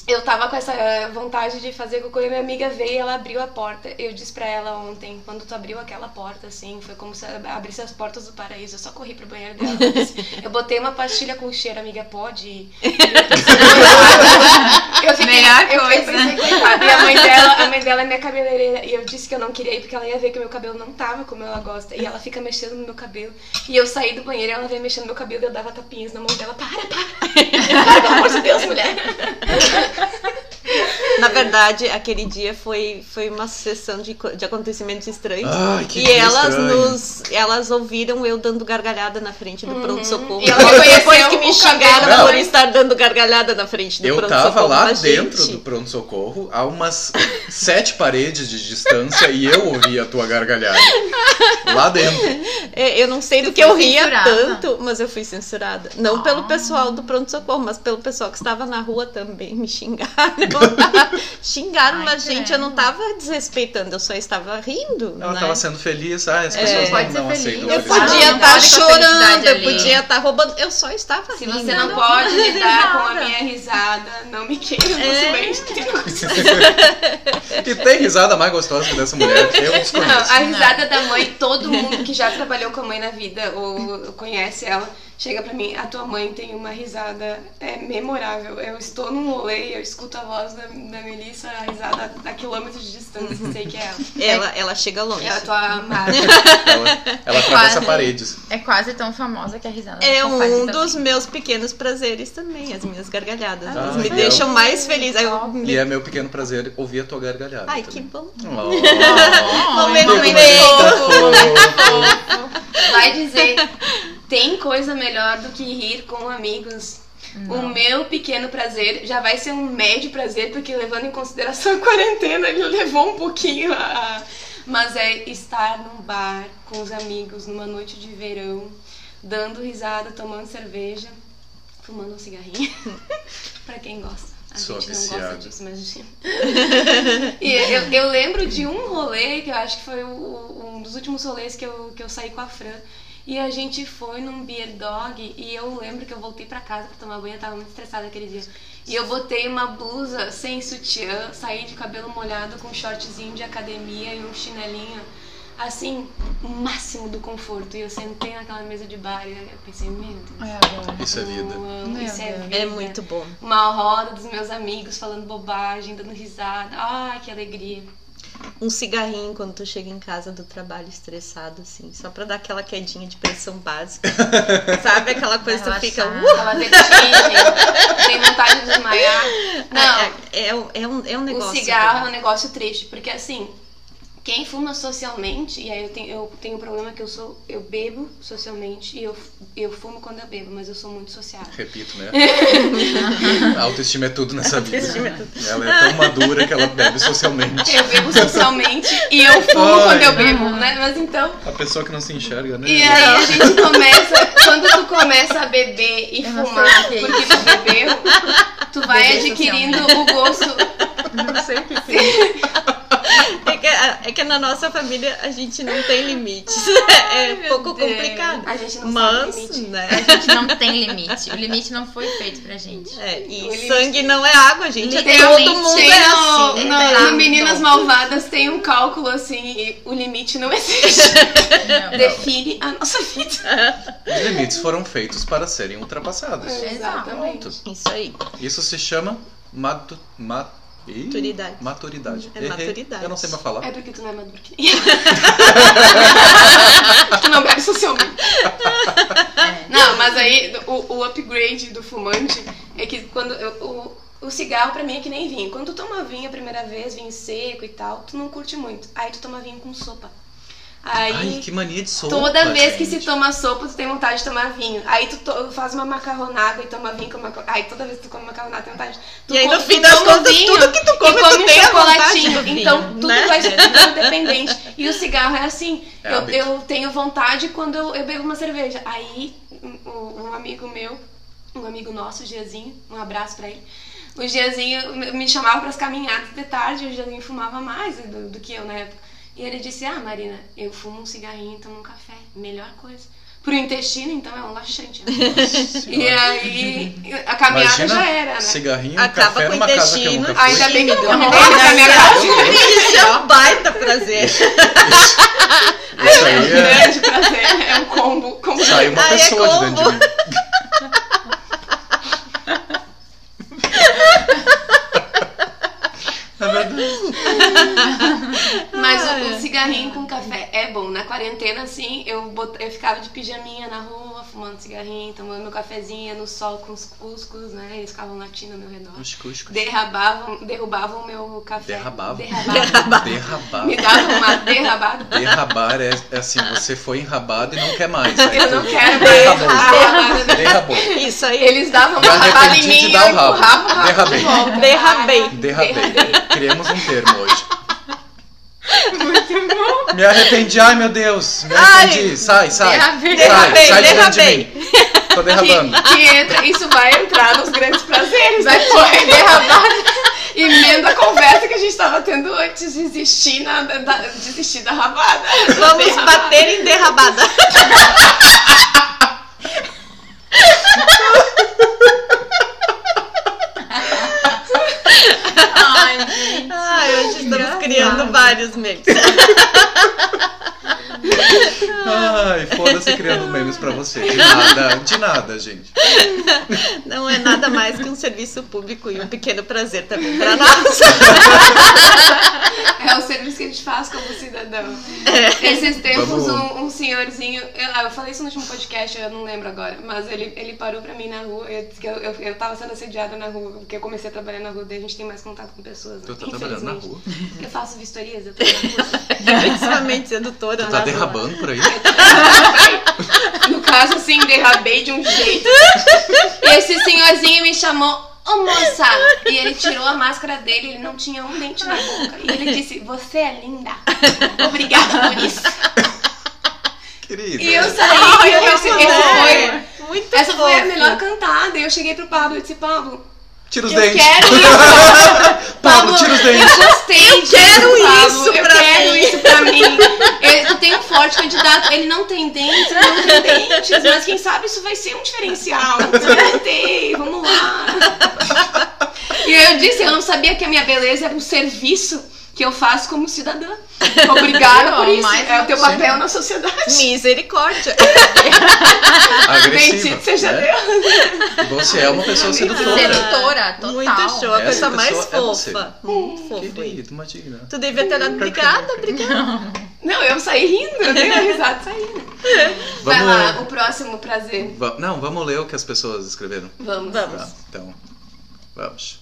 Speaker 6: eu tava com essa eh, vontade de fazer cocô e minha amiga veio e ela abriu a porta. Eu disse pra ela ontem, quando tu abriu aquela porta, assim, foi como se abrisse as portas do paraíso. Eu só corri pro banheiro dela. Eu disse, Eu botei uma pastilha com cheiro, amiga, pode ir. Eu fiquei,
Speaker 5: Melhor
Speaker 6: eu, eu
Speaker 5: coisa.
Speaker 6: pensei, coitada, e a mãe, dela, a mãe dela é minha cabeleireira. E eu disse que eu não queria ir porque ela ia ver que o meu cabelo não tava como ela gosta. E ela fica mexendo no meu cabelo. E eu saí do banheiro e ela veio mexendo no meu cabelo e eu dava tapinhas na mão dela. Para, para! Para, pelo amor de Deus, mulher!
Speaker 4: Na verdade, aquele dia foi, foi uma sucessão de, co- de acontecimentos estranhos.
Speaker 3: Ai, Ah, que
Speaker 4: e
Speaker 3: dia
Speaker 4: elas
Speaker 3: estranho.
Speaker 4: nos. Elas ouviram eu dando gargalhada na frente do pronto-socorro.
Speaker 6: Uhum. E ela reconheceu
Speaker 4: Depois que me
Speaker 6: o
Speaker 4: xingaram
Speaker 6: cabelo.
Speaker 4: por estar dando gargalhada na frente do
Speaker 3: Eu
Speaker 4: pronto-socorro.
Speaker 3: tava lá
Speaker 4: mas,
Speaker 3: dentro
Speaker 4: gente,
Speaker 3: do pronto-socorro, a umas sete paredes de distância, e eu ouvi a tua gargalhada. Lá dentro.
Speaker 4: é, Eu não sei do
Speaker 5: Tu
Speaker 4: que eu
Speaker 5: foi
Speaker 4: ria
Speaker 5: censurada.
Speaker 4: tanto, mas eu fui censurada. Não
Speaker 5: Ah.
Speaker 4: pelo pessoal do pronto-socorro, mas pelo pessoal que estava na rua também. Me xingaram. xingaram,
Speaker 5: Ai,
Speaker 4: mas, gente, eu não
Speaker 5: credo.
Speaker 4: tava desrespeitando, eu só estava rindo.
Speaker 3: Ela
Speaker 4: né?
Speaker 3: tava sendo feliz, ah, as
Speaker 4: É.
Speaker 3: pessoas
Speaker 5: Pode ser
Speaker 3: não, não
Speaker 5: feliz.
Speaker 3: aceitam
Speaker 5: Eu
Speaker 4: Eu
Speaker 3: a
Speaker 5: Exato.
Speaker 4: podia
Speaker 5: Não,
Speaker 4: estar
Speaker 5: olha com a
Speaker 4: chorando,
Speaker 5: felicidade
Speaker 4: eu
Speaker 5: ali.
Speaker 4: podia estar roubando. Eu só estava
Speaker 6: Se
Speaker 4: rindo.
Speaker 6: você não pode
Speaker 5: não
Speaker 6: lidar com a
Speaker 5: nada.
Speaker 6: minha risada, não me queira no
Speaker 4: É.
Speaker 6: silêncio que tem no
Speaker 3: E tem risada mais gostosa que dessa mulher, que eu
Speaker 6: Não,
Speaker 3: desconheço.
Speaker 6: a risada da mãe, todo mundo que já trabalhou com a mãe na vida ou conhece ela, chega pra mim, a tua mãe tem uma risada é memorável. Eu estou num rolê, eu escuto a voz da, da Melissa, a risada a quilômetros de distância, sei que é ela.
Speaker 4: Ela, ela chega longe.
Speaker 6: É a tua amada.
Speaker 3: Ela, ela atravessa
Speaker 5: quase.
Speaker 3: paredes.
Speaker 5: É quase tão famosa que a risada
Speaker 4: É
Speaker 5: da
Speaker 4: um
Speaker 5: Fafá de
Speaker 4: dos meus pequenos prazeres também, as minhas gargalhadas.
Speaker 5: Ah,
Speaker 4: Elas me
Speaker 3: legal.
Speaker 4: deixam mais feliz. Aí eu me-
Speaker 3: E é meu pequeno prazer ouvir a tua gargalhada.
Speaker 4: Ai, que
Speaker 3: também.
Speaker 4: bom.
Speaker 3: Oh,
Speaker 5: Ai,
Speaker 4: Momento
Speaker 5: como
Speaker 4: bem.
Speaker 3: fofo.
Speaker 6: Vai dizer, tem coisa melhor do que rir com amigos. O meu pequeno prazer já vai ser um médio prazer, porque levando em consideração a quarentena, ele levou um pouquinho a- a... Mas é estar num bar com os amigos numa noite de verão, dando risada, tomando cerveja, fumando um cigarrinho. pra quem gosta. A
Speaker 3: Sou
Speaker 6: gente não
Speaker 3: viciado.
Speaker 6: gosta disso, imagina. E eu, eu lembro de um rolê que eu acho que foi o- o- um dos últimos rolês que eu, que eu saí com a Fran. E a gente foi num beer dog e eu lembro que eu voltei pra casa pra tomar banho, eu tava muito estressada aquele dia. E eu botei uma blusa sem sutiã, saí de cabelo molhado com um shortzinho de academia e um chinelinho, assim, o máximo do conforto. E eu sentei naquela mesa de bar e eu pensei, meu Deus,
Speaker 5: É agora.
Speaker 3: Isso é vida.
Speaker 6: eu amo,
Speaker 5: Meu
Speaker 6: isso é
Speaker 5: Deus.
Speaker 6: vida
Speaker 4: É muito bom.
Speaker 6: uma roda dos meus amigos falando bobagem, dando risada. Ai, que alegria.
Speaker 4: Um cigarrinho quando tu chega em casa do trabalho estressado, assim, só pra dar aquela quedinha de pressão básica. Sabe aquela coisa que tu fica.
Speaker 5: relaxar.
Speaker 4: "Uh,
Speaker 6: Tava detinha, tem vontade de desmaiar. Não,
Speaker 4: É, é, um- é um, é um negócio.
Speaker 6: o cigarro é um negócio triste, porque assim, quem fuma socialmente, e aí eu tenho, eu tenho um problema que eu sou, eu bebo socialmente e eu, eu fumo quando eu bebo, mas eu sou muito social.
Speaker 3: Repito, né? Autoestima é tudo nessa vida.
Speaker 4: Autoestima é tudo.
Speaker 3: Ela é tão madura que ela bebe socialmente.
Speaker 6: Eu bebo socialmente e eu fumo
Speaker 3: Ai.
Speaker 6: quando eu bebo, né? Mas então.
Speaker 3: A pessoa que não se enxerga, né?
Speaker 6: E é, aí a gente começa, quando tu começa a beber e
Speaker 5: Eu não
Speaker 6: fumar,
Speaker 5: sei o que é
Speaker 6: porque tu bebeu, tu vai
Speaker 5: Beber
Speaker 6: adquirindo o gosto.
Speaker 5: Não sei o que que
Speaker 4: É que, é que na nossa família a gente não tem limites. é pouco
Speaker 5: Deus.
Speaker 4: complicado.
Speaker 6: A gente não
Speaker 4: Mas,
Speaker 6: sabe o limite.
Speaker 4: né?
Speaker 5: A gente não tem limite. O limite não foi feito pra gente.
Speaker 4: é, e
Speaker 6: O limite-
Speaker 4: sangue não é água, gente. É
Speaker 6: Literalmente,
Speaker 4: todo mundo
Speaker 6: tem
Speaker 4: é
Speaker 6: no,
Speaker 4: assim.
Speaker 6: no-
Speaker 4: é
Speaker 6: no
Speaker 4: errado.
Speaker 6: Meninas Malvadas tem um cálculo assim, e o limite não existe.
Speaker 5: Não.
Speaker 6: Define a nossa vida.
Speaker 3: Os limites foram feitos para serem ultrapassados.
Speaker 6: Exatamente.
Speaker 3: Pronto.
Speaker 4: Isso aí.
Speaker 3: Isso se chama matu... ma- Ih,
Speaker 4: Maturidade.
Speaker 3: Maturidade.
Speaker 4: É
Speaker 3: Errei.
Speaker 4: maturidade.
Speaker 3: Eu não sei mais falar.
Speaker 6: É porque tu não é maduro que nem eu. Tu não bebe socialmente. Não, mas aí o, o upgrade do fumante é que é quando eu, o, O cigarro pra mim é que nem vinho. Quando tu toma vinho a primeira vez, vinho seco e tal, tu não curte muito. Aí tu toma vinho com sopa. Aí
Speaker 3: Ai, que mania de sopa.
Speaker 6: toda vez que se
Speaker 3: gente.
Speaker 6: toma sopa, tu tem vontade de tomar vinho. Aí tu to- faz uma macarronada e toma vinho com macarronada. Aí toda vez que tu come macarronada, tem vontade. Tu
Speaker 4: E aí,
Speaker 6: come-
Speaker 4: no
Speaker 6: tu
Speaker 4: fim das
Speaker 6: toma
Speaker 4: contas,
Speaker 6: vinho
Speaker 4: tudo que tu come,
Speaker 6: e
Speaker 4: tu
Speaker 6: come
Speaker 4: tem a
Speaker 6: chocolatinho.
Speaker 4: vontade de
Speaker 6: então,
Speaker 4: vinho,
Speaker 6: tudo
Speaker 4: né?
Speaker 6: vai ser dependente. E o cigarro é assim.
Speaker 3: É
Speaker 6: eu,
Speaker 3: hábito.
Speaker 6: eu tenho vontade quando eu, eu bebo uma cerveja. Aí, um, um amigo meu, um amigo nosso, o Giazinho, um abraço pra ele. O Giazinho me- me chamava pras caminhadas de tarde, o Giazinho fumava mais do, do que eu na época. E ele disse: Ah, Marina, eu fumo um cigarrinho e tomo um café. Melhor coisa. Pro intestino, então, é um laxante. né? E
Speaker 3: Senhora.
Speaker 6: aí, a caminhada
Speaker 3: Imagina
Speaker 6: já era, né?
Speaker 3: Cigarrinho,
Speaker 4: Acaba
Speaker 3: café
Speaker 4: com o
Speaker 3: numa casa que eu
Speaker 4: intestino.
Speaker 3: nunca fui.
Speaker 6: Ainda bem que eu não
Speaker 4: Olha,
Speaker 6: comi nada na minha casa.
Speaker 4: Isso é um baita prazer.
Speaker 3: Isso
Speaker 6: É um
Speaker 3: aí é-
Speaker 6: grande prazer. É um combo. combo.
Speaker 3: Saiu uma
Speaker 4: Aí é
Speaker 3: pessoa de dentro de mim. É verdade.
Speaker 6: Mas o- o cigarrinho com café é bom. Na quarentena, assim, eu, bot- eu ficava de pijaminha na rua, fumando cigarrinho, tomando meu cafezinho no sol com os cuscos, né? Eles ficavam latindo ao meu redor.
Speaker 3: Cusco, cusco.
Speaker 6: Derrabavam, derrubavam o meu café.
Speaker 3: Derrabavam.
Speaker 6: Derrabavam.
Speaker 3: Derrabar.
Speaker 6: Me davam uma derrabada.
Speaker 3: Derrabar é, é assim, você foi enrabado e não quer mais. Aí
Speaker 6: Eu
Speaker 3: tu
Speaker 6: não quero mais
Speaker 3: derrabou.
Speaker 6: a derrabada.
Speaker 3: Derrabou.
Speaker 4: Isso aí.
Speaker 6: Eles davam
Speaker 3: Me
Speaker 6: uma rabada em
Speaker 3: arrependi de
Speaker 6: mim e
Speaker 3: dar um
Speaker 6: eu
Speaker 3: o rabo.
Speaker 6: empurrava o rabo de
Speaker 3: Derrabei.
Speaker 6: volta.
Speaker 4: Derrabei.
Speaker 3: Derrabei. Criamos um termo hoje. Muito bom. Me arrependi, ai meu Deus. Me arrependi. sai, sai. Sai,
Speaker 5: Derrabei.
Speaker 4: Derrabei,
Speaker 3: sai de dentro
Speaker 4: derrabei.
Speaker 3: de mim. Tô derrabando.
Speaker 6: Que, que entra, isso vai entrar nos grandes prazeres. Vai correr derramada. Emenda a conversa que a gente tava tendo antes de desistir, na, da, desistir da rabada.
Speaker 4: Vamos bater em derrabada.
Speaker 5: Ai, gente.
Speaker 4: Ai, hoje estamos
Speaker 5: Engraçado.
Speaker 4: criando vários memes.
Speaker 3: Ai, foda-se criando memes pra você. De nada, de nada, gente.
Speaker 4: Não é nada mais que um serviço público e um pequeno prazer também pra nós.
Speaker 6: É o serviço que a gente faz como cidadão. Esses tempos,
Speaker 3: Vamos.
Speaker 6: um, um senhorzinho. Eu, ah, eu falei isso no último podcast, eu não lembro agora. Mas ele, ele parou pra mim na rua. Eu, disse que eu, eu, eu tava sendo assediada na rua, porque eu comecei a trabalhar na rua. Daí a gente tem mais contato com pessoas. né?
Speaker 3: Tu tá trabalhando na
Speaker 6: Infelizmente.
Speaker 3: rua.
Speaker 6: Eu faço vistorias, eu tô na rua.
Speaker 4: Principalmente sedutora. né?
Speaker 3: Tu tá
Speaker 4: na rua.
Speaker 3: derrabando por aí.
Speaker 6: No caso, assim, derrabei de um jeito. E esse senhorzinho me chamou, ô moça! E ele tirou a máscara dele, ele não tinha um dente na boca. E ele disse, você é linda. Obrigada por isso.
Speaker 3: Querido.
Speaker 6: E eu saí, e eu, esse, esse foi.
Speaker 4: É, Muito
Speaker 6: Essa foi a
Speaker 4: fofo.
Speaker 6: melhor cantada. E eu cheguei pro Pablo e disse, Pablo,
Speaker 3: Tira os
Speaker 6: eu
Speaker 3: dentes.
Speaker 6: quero isso.
Speaker 3: Pablo, tira os dentes.
Speaker 6: Eu gostei disso,
Speaker 4: quero
Speaker 6: Pablo.
Speaker 4: isso
Speaker 6: eu
Speaker 4: pra
Speaker 6: quero
Speaker 4: mim.
Speaker 6: isso pra mim. Eu tenho um forte candidato. Ele não tem dentes, não tem dentes, mas quem sabe isso vai ser um diferencial. Gostei, vamos lá. E eu disse, eu não sabia que a minha beleza era um serviço que eu faço como cidadã. Obrigada por
Speaker 5: Não,
Speaker 6: isso.
Speaker 5: mas
Speaker 4: um
Speaker 6: É o teu
Speaker 3: não.
Speaker 6: papel na sociedade.
Speaker 4: Misericórdia.
Speaker 3: Agressiva.
Speaker 6: Bendito seja
Speaker 3: né?
Speaker 6: Deus.
Speaker 3: Você é uma pessoa sedutora.
Speaker 5: Sedutora, total.
Speaker 4: Muito show, a
Speaker 3: Essa
Speaker 4: pessoa mais
Speaker 3: pessoa é você.
Speaker 4: fofa. Muito fofa.
Speaker 3: Querido, imagina.
Speaker 4: Tu devia ter dado obrigada, obrigada.
Speaker 6: Não, eu saí rindo, eu dei uma risada e saí. Vai lá, o próximo prazer.
Speaker 3: Va- Não, vamos ler o que as pessoas escreveram.
Speaker 6: Vamos.
Speaker 3: Tá,
Speaker 4: Vamos.
Speaker 3: então, vamos.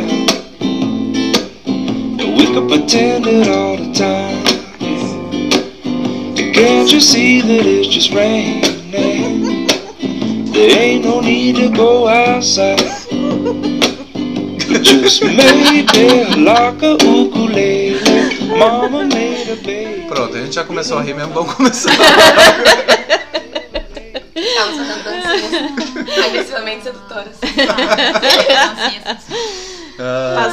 Speaker 1: And we could pretend it all the time. But Can't you see that it's just raining? There ain't no need to go outside. Just maybe like a ukulele. Mama made a baby.
Speaker 3: Pronto, a gente já começou a rir mesmo, vamos começar.
Speaker 6: Elas fazendo dancinhas agressivamente sedutoras.
Speaker 3: Ah,
Speaker 5: Então, assim,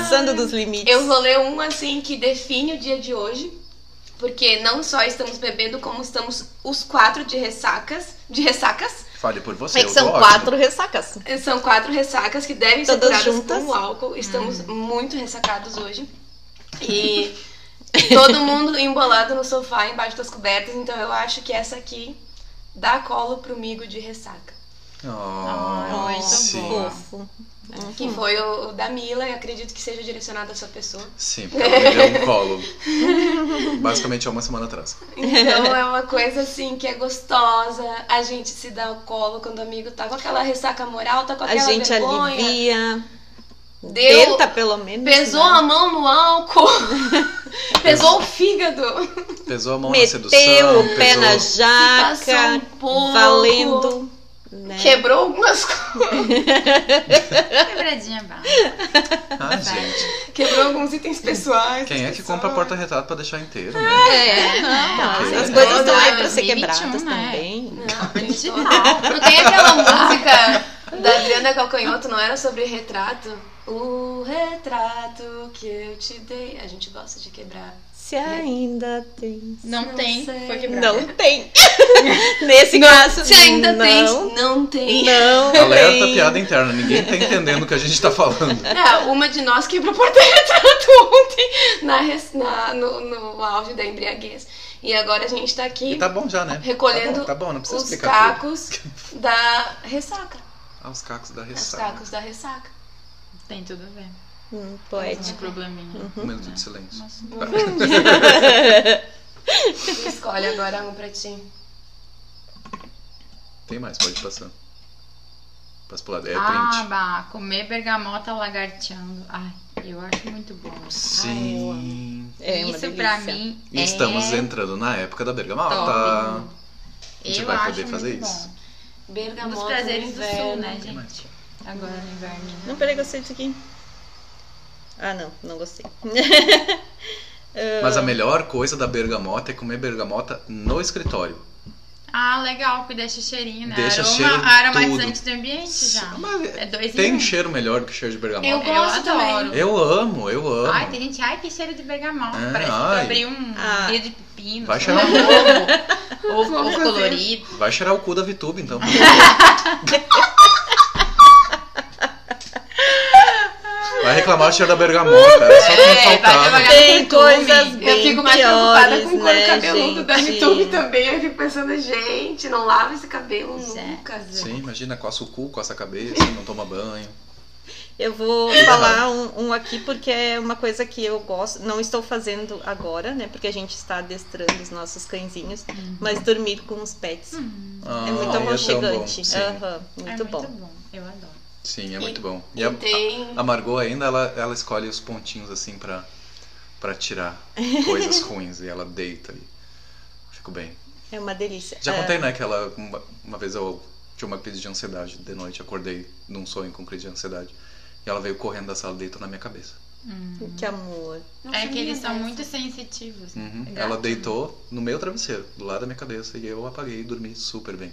Speaker 4: Passando dos limites.
Speaker 6: Eu vou ler um assim que define o dia de hoje. Porque não só estamos bebendo, como estamos os quatro de ressacas. De ressacas.
Speaker 3: Fale por você.
Speaker 4: É que
Speaker 3: eu
Speaker 4: são
Speaker 3: tô
Speaker 4: quatro ressacas.
Speaker 6: São quatro ressacas que devem ser
Speaker 4: Todas
Speaker 6: curadas
Speaker 4: juntas?
Speaker 6: com álcool. Estamos
Speaker 3: Hum.
Speaker 6: muito ressacados hoje. E todo mundo embolado no sofá, embaixo das cobertas. Então eu acho que essa aqui dá colo pro migo de ressaca.
Speaker 3: Ótimo.
Speaker 5: Ah,
Speaker 3: Oh,
Speaker 5: muito
Speaker 3: sim.
Speaker 5: bom.
Speaker 4: Fofo. Hum.
Speaker 6: Que foi o, o da Mila, e acredito que seja direcionado à sua pessoa.
Speaker 3: Sim, porque ela me deu um colo. Basicamente há uma semana atrás.
Speaker 6: Então é uma coisa assim que é gostosa. A gente se dá o colo quando o amigo tá com aquela ressaca moral, tá com
Speaker 4: A
Speaker 6: aquela
Speaker 4: gente
Speaker 6: vergonha.
Speaker 4: alivia.
Speaker 6: Deu-
Speaker 4: Tenta pelo menos.
Speaker 6: Pesou
Speaker 4: né?
Speaker 6: a mão no álcool. pesou o fígado.
Speaker 3: Pesou a mão na
Speaker 4: Meteu
Speaker 3: sedução.
Speaker 4: o pé
Speaker 3: pesou...
Speaker 4: na
Speaker 6: Passou um
Speaker 4: jaca.
Speaker 6: pouco.
Speaker 4: valendo. Né?
Speaker 3: É.
Speaker 6: Quebrou algumas coisas.
Speaker 5: Quebradinha básica.
Speaker 3: Ah, gente.
Speaker 6: Quebrou alguns itens pessoais.
Speaker 3: Quem é que
Speaker 6: pessoal.
Speaker 3: compra porta-retrato pra deixar inteiro, né?
Speaker 4: É, não,
Speaker 3: Ok.
Speaker 4: as coisas estão aí pra
Speaker 5: Todas,
Speaker 4: ser
Speaker 5: 2021,
Speaker 4: quebradas
Speaker 5: né?
Speaker 4: também.
Speaker 6: Não, tem de
Speaker 5: Não.
Speaker 6: tudo. Não tem aquela música da Adriana Calcanhoto, não era sobre retrato? O retrato que eu te dei. A gente gosta de quebrar.
Speaker 4: Se ainda tem.
Speaker 5: Não,
Speaker 6: Não
Speaker 5: tem.
Speaker 6: sei.
Speaker 5: Foi quebrado.
Speaker 4: Não tem. Nesse caso,
Speaker 6: Se ainda
Speaker 4: não,
Speaker 6: tem, não tem.
Speaker 4: Não
Speaker 3: Alerta,
Speaker 4: tem.
Speaker 3: piada interna. Ninguém tá entendendo o que a gente tá falando.
Speaker 6: Ah, uma de nós quebrou o porta-retrato ontem na, res- na- no, no auge da embriaguez. E agora a gente tá aqui
Speaker 3: E tá bom já, né?
Speaker 6: recolhendo
Speaker 3: Tá bom, tá bom, não precisa
Speaker 6: os
Speaker 3: explicar tudo.
Speaker 6: cacos da ressaca.
Speaker 3: Ah, os cacos da
Speaker 6: Os
Speaker 3: ressaca.
Speaker 6: cacos da ressaca.
Speaker 5: Tem tudo a ver.
Speaker 4: Hum,
Speaker 5: De
Speaker 4: poético.
Speaker 5: probleminha.
Speaker 3: Um minuto de silêncio.
Speaker 5: Nossa.
Speaker 6: Escolhe agora um pra ti.
Speaker 3: Tem mais, pode passar. Passa pro lado. É
Speaker 5: ah,
Speaker 3: print.
Speaker 5: bah, comer bergamota lagarteando. Ai, eu acho muito bom.
Speaker 3: Sim.
Speaker 4: É uma
Speaker 5: Isso pra
Speaker 4: delícia.
Speaker 5: mim
Speaker 3: E
Speaker 5: é
Speaker 3: estamos entrando na época da bergamota.
Speaker 5: top.
Speaker 3: A gente
Speaker 5: eu
Speaker 3: vai
Speaker 5: acho
Speaker 3: poder fazer
Speaker 5: muito
Speaker 3: isso.
Speaker 5: Bom. Um dos
Speaker 6: Bergamota
Speaker 5: prazeres
Speaker 6: no
Speaker 5: do sul,
Speaker 6: inverno.
Speaker 5: né,
Speaker 3: Tem mais.
Speaker 5: gente? Agora no inverno.
Speaker 4: Não, peraí, gostei disso aqui. Ah, não, não gostei.
Speaker 3: Mas a melhor coisa da bergamota é comer bergamota no escritório.
Speaker 5: Ah, legal, que deixa cheirinho, né?
Speaker 3: Deixa
Speaker 5: Aroma,
Speaker 3: cheiro
Speaker 5: aromatizante do ambiente já.
Speaker 3: Mas
Speaker 5: É dois
Speaker 3: tem
Speaker 5: em um.
Speaker 3: cheiro melhor que cheiro de
Speaker 6: Eu
Speaker 3: bergamota.
Speaker 6: gosto
Speaker 5: adoro.
Speaker 6: também.
Speaker 3: Eu, amo, eu amo.
Speaker 5: Ai, tem gente, ai, que cheiro de bergamota.
Speaker 3: Ah,
Speaker 5: Parece
Speaker 3: ai.
Speaker 5: que eu abri um
Speaker 4: Ah.
Speaker 5: dia de pepino. assim.
Speaker 3: Vai
Speaker 5: sei lá, ovo, ovo, ovo colorido.
Speaker 3: Vai cheirar o cu da Vitube, então. Vai reclamar o cheiro da bergamota. É só o que me
Speaker 5: É, vai
Speaker 3: faltava.
Speaker 5: devagar.
Speaker 4: Tem
Speaker 5: Costume.
Speaker 4: coisas bem
Speaker 6: Eu fico mais preocupada com
Speaker 4: piores,
Speaker 6: o couro
Speaker 4: né,
Speaker 6: cabeludo da
Speaker 4: gente?
Speaker 6: YouTube também. Eu fico pensando, gente, não lava esse cabelo
Speaker 5: Pois é.
Speaker 6: nunca.
Speaker 3: Sim, imagina, coça o cu, coça a cabeça, não toma banho.
Speaker 4: Eu vou falar um, um aqui porque é uma coisa que eu gosto. Não estou fazendo agora, né? Porque a gente está adestrando os nossos cãezinhos.
Speaker 6: Uhum.
Speaker 4: Mas dormir com os pets
Speaker 3: Ah,
Speaker 4: é muito
Speaker 3: tão bom,
Speaker 4: aconchegante.
Speaker 3: sim,
Speaker 4: Aham, muito,
Speaker 5: é
Speaker 4: bom.
Speaker 5: muito bom. Eu adoro.
Speaker 3: sim, é muito bom. E
Speaker 6: E
Speaker 3: a,
Speaker 6: tem.
Speaker 3: a Margot ainda, ela, ela escolhe os pontinhos assim pra, pra tirar coisas ruins. E ela deita ali. Fico bem.
Speaker 4: É uma delícia.
Speaker 3: Já
Speaker 4: Ah,
Speaker 3: contei, né, que ela, uma, uma vez eu tinha uma crise de ansiedade de noite, acordei num sonho com crise de ansiedade. E ela veio correndo da sala, deitou na minha cabeça.
Speaker 4: Que amor.
Speaker 5: É que eles são muito sensitivos. né?
Speaker 3: Uhum.
Speaker 5: Gato.
Speaker 3: Ela deitou no meu travesseiro, do lado da minha cabeça, e eu apaguei e dormi super bem.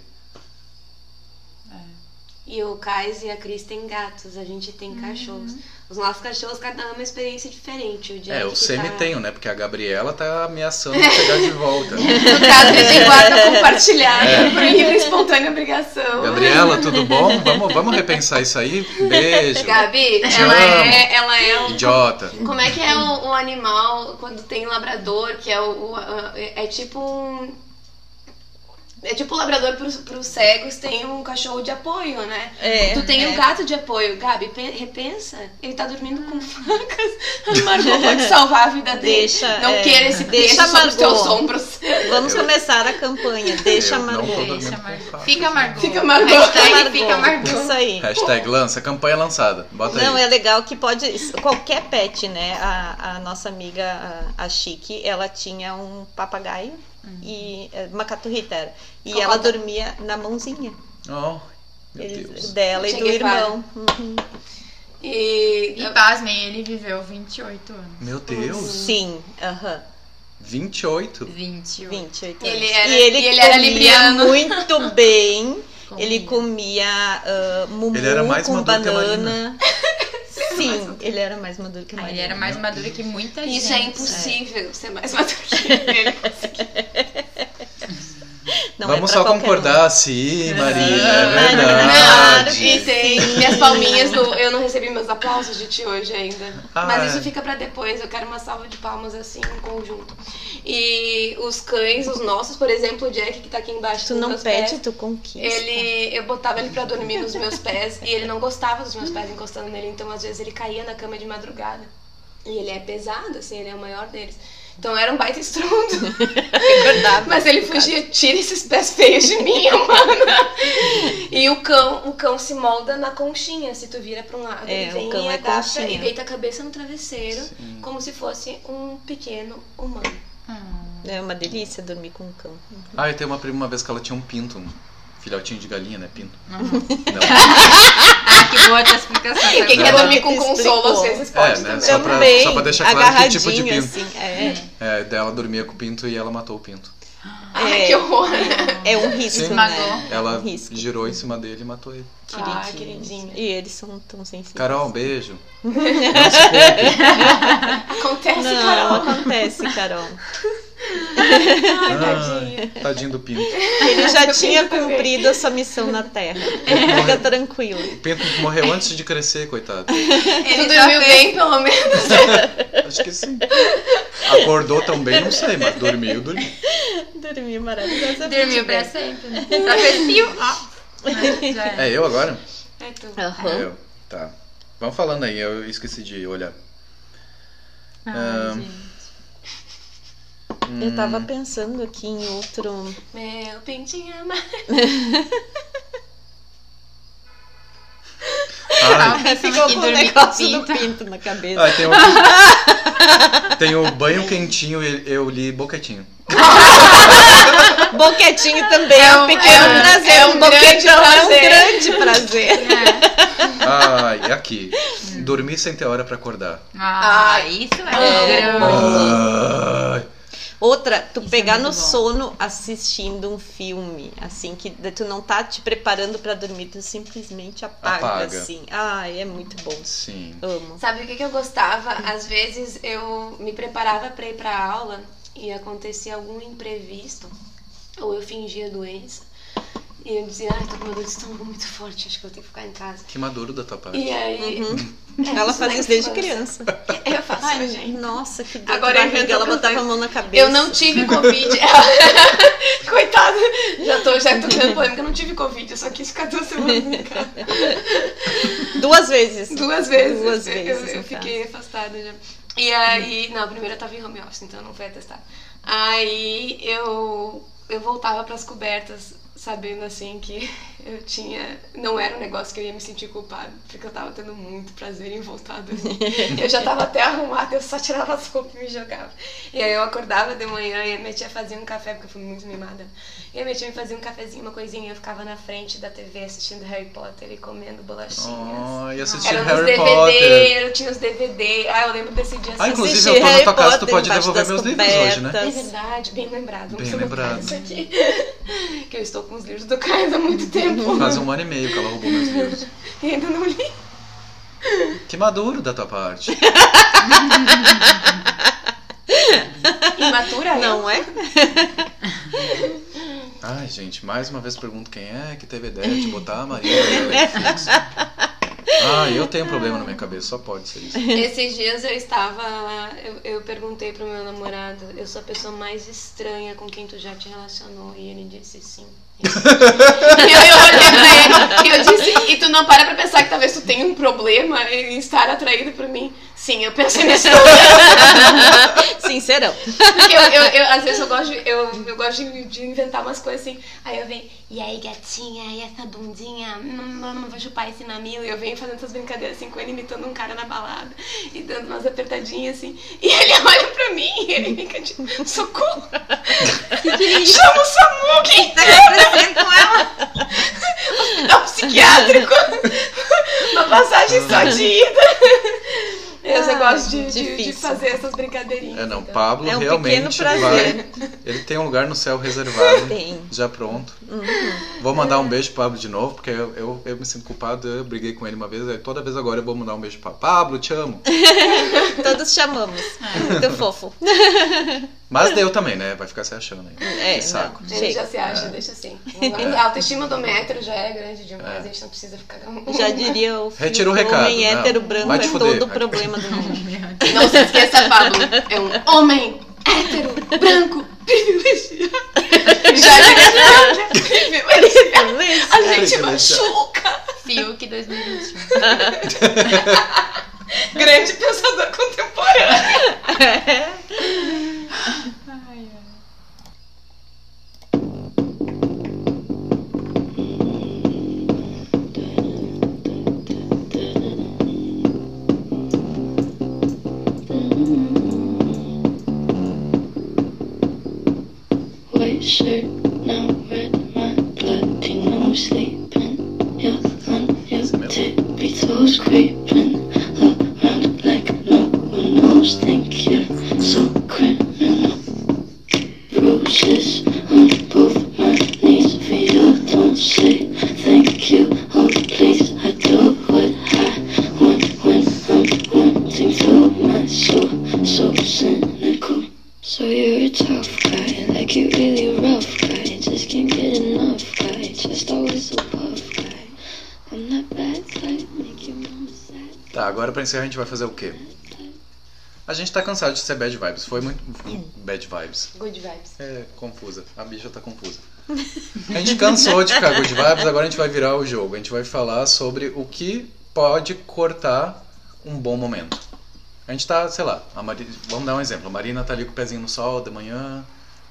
Speaker 6: E o Kais e a Cris têm gatos, a gente tem cachorros. Os nossos cachorros, cada um é uma experiência diferente. O Jack
Speaker 3: é, eu
Speaker 6: que
Speaker 3: semi
Speaker 6: tá...
Speaker 3: tenho, né, porque a Gabriela tá ameaçando pegar de volta.
Speaker 6: No caso, a gente guarda compartilhado
Speaker 3: É.
Speaker 6: por livre e espontânea obrigação.
Speaker 3: Gabriela, tudo bom? Vamos, vamos repensar isso aí? Beijo.
Speaker 6: Gabi,
Speaker 3: Te
Speaker 6: ela
Speaker 3: amo.
Speaker 6: é, ela é um.
Speaker 3: Idiota.
Speaker 6: Como é que é o, o animal quando tem labrador, que é o. o- a- é tipo um. É tipo o labrador pros, pros cegos tem um cachorro de apoio, né?
Speaker 4: É,
Speaker 6: tu tem
Speaker 4: é.
Speaker 6: um gato de apoio. Gabi, pe- repensa. Ele tá dormindo com facas. A Margot pode salvar a vida dele.
Speaker 4: Deixa,
Speaker 6: Não
Speaker 4: é.
Speaker 6: queira esse
Speaker 4: Deixa
Speaker 6: deixa É.
Speaker 4: a
Speaker 6: sobre os
Speaker 4: Margot.
Speaker 6: teus ombros.
Speaker 4: Vamos começar a campanha. Deixa a
Speaker 3: eu não tô
Speaker 4: Margot.
Speaker 3: dormindo
Speaker 5: Deixa,
Speaker 3: com
Speaker 5: Margot.
Speaker 3: faca.
Speaker 5: Fica Margot.
Speaker 6: Fica Margot.
Speaker 5: Hashtag
Speaker 4: Margot.
Speaker 5: Fica Margot.
Speaker 4: Isso aí.
Speaker 3: Hashtag lança, campanha lançada. Bota
Speaker 4: Não,
Speaker 3: aí.
Speaker 4: é legal que pode. Qualquer pet, né? A, a nossa amiga, a, a Chique, ela tinha um papagaio e. é, Uma caturrita. E
Speaker 6: Cocota.
Speaker 4: ela dormia na mãozinha
Speaker 3: Oh, meu
Speaker 4: eles-
Speaker 3: Deus.
Speaker 4: dela e
Speaker 6: Che
Speaker 4: do
Speaker 6: Guevara.
Speaker 4: irmão. Uhum.
Speaker 6: E.
Speaker 5: E pasmem, ele viveu 28 anos.
Speaker 3: Meu Deus.
Speaker 4: Sim, aham.
Speaker 3: 28?
Speaker 5: 28.
Speaker 4: 28
Speaker 6: E
Speaker 4: anos.
Speaker 6: ele era-
Speaker 4: e ele,
Speaker 6: e ele era
Speaker 4: comia
Speaker 6: libriano.
Speaker 4: muito bem.
Speaker 5: Comia.
Speaker 4: Ele comia ah, mumu
Speaker 3: Ele era mais
Speaker 4: com
Speaker 3: maduro que a
Speaker 4: banana. Sim, ele era mais maduro que a
Speaker 5: Ah,
Speaker 4: Maria.
Speaker 5: ele era mais maduro que muita gente.
Speaker 6: Isso é impossível ser mais maduro que ele.
Speaker 3: É.
Speaker 4: Não,
Speaker 3: Vamos
Speaker 4: é pra
Speaker 3: só
Speaker 4: qualquer um.
Speaker 3: concordar, sim, Marina, é
Speaker 4: Marina,
Speaker 6: Claro
Speaker 3: verdade.
Speaker 6: que tem. Minhas palminhas do. Eu não recebi meus aplausos de ti hoje ainda.
Speaker 3: Ah,
Speaker 6: Mas
Speaker 3: é.
Speaker 6: isso fica pra depois. Eu quero uma salva de palmas assim, em conjunto. E os cães, os nossos, por exemplo, o Jack, que tá aqui embaixo
Speaker 4: Tu
Speaker 6: dos
Speaker 4: não
Speaker 6: meus
Speaker 4: pede,
Speaker 6: pés.
Speaker 4: tu conquista.
Speaker 6: Ele, eu botava ele pra dormir nos meus pés e ele não gostava dos meus pés encostando nele, então às vezes ele caía na cama de madrugada. E ele é pesado, assim, ele é o maior deles. Então era um baita estrondo.
Speaker 4: É
Speaker 6: Mas ele fugia, tira esses pés feios de mim, mana. E o cão, o cão se molda na conchinha, se tu vira pra um lado.
Speaker 4: É,
Speaker 6: ele
Speaker 4: o
Speaker 6: vem
Speaker 4: cão
Speaker 6: e
Speaker 4: é
Speaker 6: adapta
Speaker 4: conchinha.
Speaker 6: e deita a cabeça no travesseiro, como se fosse um pequeno humano.
Speaker 5: Ah.
Speaker 4: É uma delícia dormir com um cão.
Speaker 3: Ah, eu tenho uma prima uma vez que ela tinha um pinto, um filhotinho de galinha, né? Pinto. Não.
Speaker 5: Ah, que boa essa explicação.
Speaker 6: E quem
Speaker 3: Não.
Speaker 6: quer dormir com
Speaker 4: Explicou.
Speaker 6: consolo, às vezes pode
Speaker 3: É, né?
Speaker 6: também.
Speaker 3: Só pra-
Speaker 4: Também,
Speaker 3: só pra deixar claro que
Speaker 4: agarradinho,
Speaker 3: tipo de pinto.
Speaker 4: Assim, é,
Speaker 3: É, daí ela dormia com o pinto e ela matou o pinto.
Speaker 6: Ai, que horror.
Speaker 4: é um risco,
Speaker 3: Sim.
Speaker 4: né?
Speaker 5: Esmagou.
Speaker 3: Ela
Speaker 4: Um risco.
Speaker 3: girou em cima dele e matou ele.
Speaker 6: Ah,
Speaker 4: Queridinhos.
Speaker 6: queridinho.
Speaker 4: E eles são tão sensíveis.
Speaker 3: Carol, um beijo. Não se culpe.
Speaker 6: Acontece,
Speaker 4: não,
Speaker 6: Carol.
Speaker 4: acontece, Carol.
Speaker 3: Ai, tadinho. do pinto.
Speaker 4: Ele já tinha
Speaker 6: também.
Speaker 4: cumprido a sua missão na Terra. Fica tranquilo.
Speaker 3: O pinto morreu antes de crescer, coitado.
Speaker 6: Ele dormiu bem, pelo menos.
Speaker 3: Acho que sim. Acordou tão bem, não sei, mas dormiu, dormiu.
Speaker 4: Dormir maravilhosamente.
Speaker 5: Dormiu pra
Speaker 4: bem.
Speaker 5: sempre, né? Só fez piu, ó. Né? Já era.
Speaker 3: É eu agora?
Speaker 6: É tu.
Speaker 4: Aham.
Speaker 3: Eu. Tá. Vamos falando aí, eu esqueci de olhar.
Speaker 5: Ai,
Speaker 3: Ahn.
Speaker 5: gente.
Speaker 4: Eu tava
Speaker 3: Hum.
Speaker 4: pensando aqui em outro.
Speaker 6: Meu pintinho amarelo.
Speaker 3: Ai,
Speaker 5: Alguém
Speaker 4: Ficou
Speaker 5: que
Speaker 4: com o
Speaker 5: dormir
Speaker 4: negócio
Speaker 5: com
Speaker 4: do
Speaker 5: pinto.
Speaker 4: pinto na cabeça.
Speaker 3: ai, Ah, tem, o... tem o banho quentinho, e eu li boquetinho.
Speaker 4: Boquetinho também é
Speaker 5: É
Speaker 4: um
Speaker 5: um-
Speaker 4: pequeno
Speaker 5: é um-
Speaker 4: prazer.
Speaker 6: é
Speaker 4: um
Speaker 6: um
Speaker 4: boquetão
Speaker 6: grande
Speaker 4: é um
Speaker 6: prazer.
Speaker 4: grande prazer.
Speaker 5: É.
Speaker 3: Ai, é aqui. Dormir sem ter hora pra acordar.
Speaker 5: Ah, isso é,
Speaker 4: É.
Speaker 5: grande.
Speaker 3: Ai.
Speaker 4: Outra, tu
Speaker 5: Isso é
Speaker 4: pegar no
Speaker 5: muito bom.
Speaker 4: sono assistindo um filme, assim, que tu não tá te preparando pra dormir, tu simplesmente apaga,
Speaker 3: Apaga.
Speaker 4: assim. Ai, é muito bom.
Speaker 3: Sim.
Speaker 4: Amo.
Speaker 6: Sabe o que, que eu gostava? Às vezes eu me preparava pra ir pra aula e acontecia algum imprevisto, ou eu fingia doença. E eu dizia, ai, tô com uma dor de estômago muito forte, acho que eu tenho que ficar em casa.
Speaker 3: Que maduro da tua parte.
Speaker 6: E é. aí,
Speaker 4: Uhum.
Speaker 3: Uhum.
Speaker 4: Ela
Speaker 6: isso na
Speaker 4: fazia É, isso desde
Speaker 6: infância.
Speaker 4: criança.
Speaker 6: eu faço,
Speaker 4: Ai,
Speaker 6: gente.
Speaker 4: nossa, que dor
Speaker 6: Agora
Speaker 4: de
Speaker 6: eu
Speaker 4: barriga.
Speaker 6: invento
Speaker 4: Ela
Speaker 6: outra
Speaker 4: botava a
Speaker 6: coisa.
Speaker 4: mão na cabeça.
Speaker 6: Eu não tive Covid. Coitada, já tô, já tô criando polêmica, eu não tive Covid, eu só quis ficar duas semanas em casa.
Speaker 4: Duas vezes.
Speaker 6: Duas vezes.
Speaker 4: Duas
Speaker 6: eu-
Speaker 4: vezes,
Speaker 6: Eu,
Speaker 4: no
Speaker 6: eu fiquei afastada já. E aí, não, a primeira eu tava em home office, então não foi atestar. Aí eu, eu voltava pras cobertas, sabendo assim que eu tinha. Não era um negócio que eu ia me sentir culpada, porque eu tava tendo muito prazer em voltar a dormir. Eu já tava até arrumada, eu só tirava as roupas e me jogava. E aí eu acordava de manhã e a minha tia fazia um café, porque eu fui muito mimada. E a minha tia me fazia um cafezinho, uma coisinha, e eu ficava na frente da TV assistindo Harry Potter e comendo bolachinhas.
Speaker 3: Oh, e assistir
Speaker 6: Era nos
Speaker 3: Harry
Speaker 6: DVD,
Speaker 3: Potter.
Speaker 6: eu tinha os DVD. Ah, eu lembro desse dia.
Speaker 3: Ah,
Speaker 6: assim.
Speaker 3: inclusive,
Speaker 4: Assistir
Speaker 3: eu tô na
Speaker 4: Harry
Speaker 3: tua casa, tu
Speaker 4: Potter
Speaker 3: pode
Speaker 4: embaixo
Speaker 3: devolver
Speaker 4: das
Speaker 3: meus livros hoje, né?
Speaker 6: É
Speaker 4: cobertas.
Speaker 6: verdade, bem lembrado. Vamos
Speaker 3: Bem
Speaker 6: colocar
Speaker 3: lembrado.
Speaker 6: Isso aqui. que eu estou com os livros do Caio há muito tempo
Speaker 3: Faz um ano e meio que ela roubou meus livros.
Speaker 6: e ainda não li.
Speaker 3: Que maduro da tua parte.
Speaker 6: Imatura? eu?
Speaker 4: Não é?
Speaker 3: Ai, gente, mais uma vez pergunto quem é que teve a ideia de botar a Maria no Netflix. Ah, eu tenho um problema na minha cabeça, só pode ser isso.
Speaker 6: Esses dias eu estava. Eu, eu perguntei pro meu namorado: eu sou a pessoa mais estranha com quem tu já te relacionou? E ele disse sim. E eu, eu olhei pra ele e eu disse: e tu não para pra pensar que talvez tu tenha um problema em estar atraído por mim? Sim, eu pensei nesse
Speaker 4: Sincerão.
Speaker 6: Porque eu, eu- eu- às vezes eu gosto, de, eu, eu gosto de, de inventar umas coisas assim. Aí eu venho, e aí gatinha, e essa bundinha, não, não vou chupar esse mamilo. E eu venho fazendo essas brincadeiras assim com ele, imitando um cara na balada e dando umas apertadinhas assim. E ele olha pra mim e ele fica tipo, socorro! Chama o SAMU, quem
Speaker 5: Tá acontecendo com ela?
Speaker 6: dá um psiquiátrico! Uma passagem só de ida. Eu só
Speaker 4: Ah,
Speaker 6: gosto de, de- de
Speaker 4: difícil.
Speaker 6: fazer essas brincadeirinhas.
Speaker 3: É, não,
Speaker 6: então.
Speaker 3: Pablo
Speaker 4: É um pequeno
Speaker 3: realmente
Speaker 4: prazer.
Speaker 3: vai. Ele tem um lugar no céu reservado,
Speaker 4: Tem. Uhum.
Speaker 3: já pronto. Vou mandar um beijo pro Pablo de novo, porque eu, eu, eu me sinto culpado. Eu briguei com ele uma vez, aí toda vez agora eu vou mandar um beijo pra Pablo, te amo.
Speaker 4: Todos chamamos. Teu fofo.
Speaker 3: Mas deu também, né? Vai ficar se achando aí.
Speaker 4: É,
Speaker 3: que saco.
Speaker 4: não,
Speaker 7: Ele assim,
Speaker 4: chega.
Speaker 7: já se
Speaker 3: É.
Speaker 7: acha, deixa assim. A autoestima do metro já é grande demais, a gente não precisa ficar.
Speaker 4: Já diria o filme
Speaker 3: Retira o
Speaker 4: do
Speaker 3: recado,
Speaker 4: homem
Speaker 3: né?
Speaker 4: hétero branco
Speaker 3: Vai te
Speaker 4: é
Speaker 3: fuder.
Speaker 4: todo o problema do mundo.
Speaker 7: Não se esqueça, Pablo. É um homem hétero, branco, privilegiado. Já diria privilegiado. A gente machuca.
Speaker 5: Fiuk 2021.
Speaker 7: Grande pensador contemporâneo.
Speaker 5: Ai, ai.
Speaker 8: White shirt now red, my Latino sleeping. You're on your
Speaker 3: Smell.
Speaker 8: tippy toes creeping around like no one else. Think you're so criminal. Bruises on both my knees for you. Don't say thank you. Oh please, I do what I want when I'm wanting to. My soul so cynical. So you're a tough guy, like you really rough guy. Just can't get enough guy, just always a puff guy. I'm that bad type, make your mama sad.
Speaker 3: Tá, agora pra encerrar a gente vai fazer o quê? A gente tá cansado de ser bad vibes. Foi muito. Bad vibes.
Speaker 7: Good vibes.
Speaker 3: É, confusa. A bicha tá confusa. A gente cansou de ficar good vibes, agora a gente vai virar o jogo. A gente vai falar sobre o que pode cortar um bom momento. A gente tá, sei lá, a Mari- vamos dar um exemplo. A Marina tá ali com o pezinho no sol de manhã,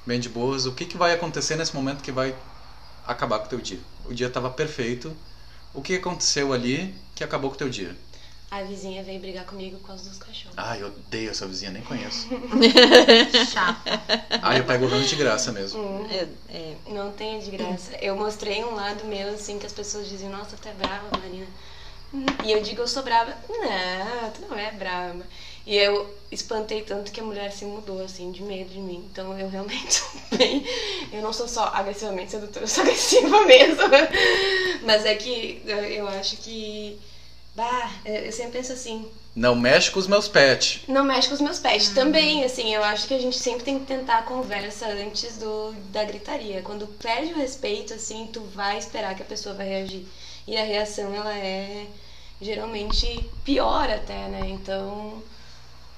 Speaker 3: bem de boas. O que, que vai acontecer nesse momento que vai acabar com o teu dia? O dia tava perfeito. O que aconteceu ali que acabou com o teu dia?
Speaker 6: A vizinha veio brigar comigo por causa dos cachorros.
Speaker 3: Ai, eu odeio essa vizinha, nem conheço.
Speaker 5: Chato.
Speaker 3: Ai, eu pego o rango de graça mesmo.
Speaker 7: Hum.
Speaker 4: É, é.
Speaker 6: Não tem de graça. Eu mostrei um lado meu, assim, que as pessoas dizem, nossa, tu é brava, Marina. E eu digo, eu sou brava. Não, tu não é brava. E eu espantei tanto que a mulher se mudou, assim, de medo de mim. Então eu realmente sou bem. Eu não sou só agressivamente sedutora, eu sou agressiva mesmo. Mas é que eu- eu acho que. Bah, eu sempre penso assim,
Speaker 3: Não mexe com os meus pets.
Speaker 6: não mexe com os meus pés. Também, assim, eu acho que a gente sempre tem que tentar a conversa antes do, da gritaria. Quando perde o respeito, assim, tu vai esperar que a pessoa vai reagir. E a reação, ela é geralmente pior até, né? Então,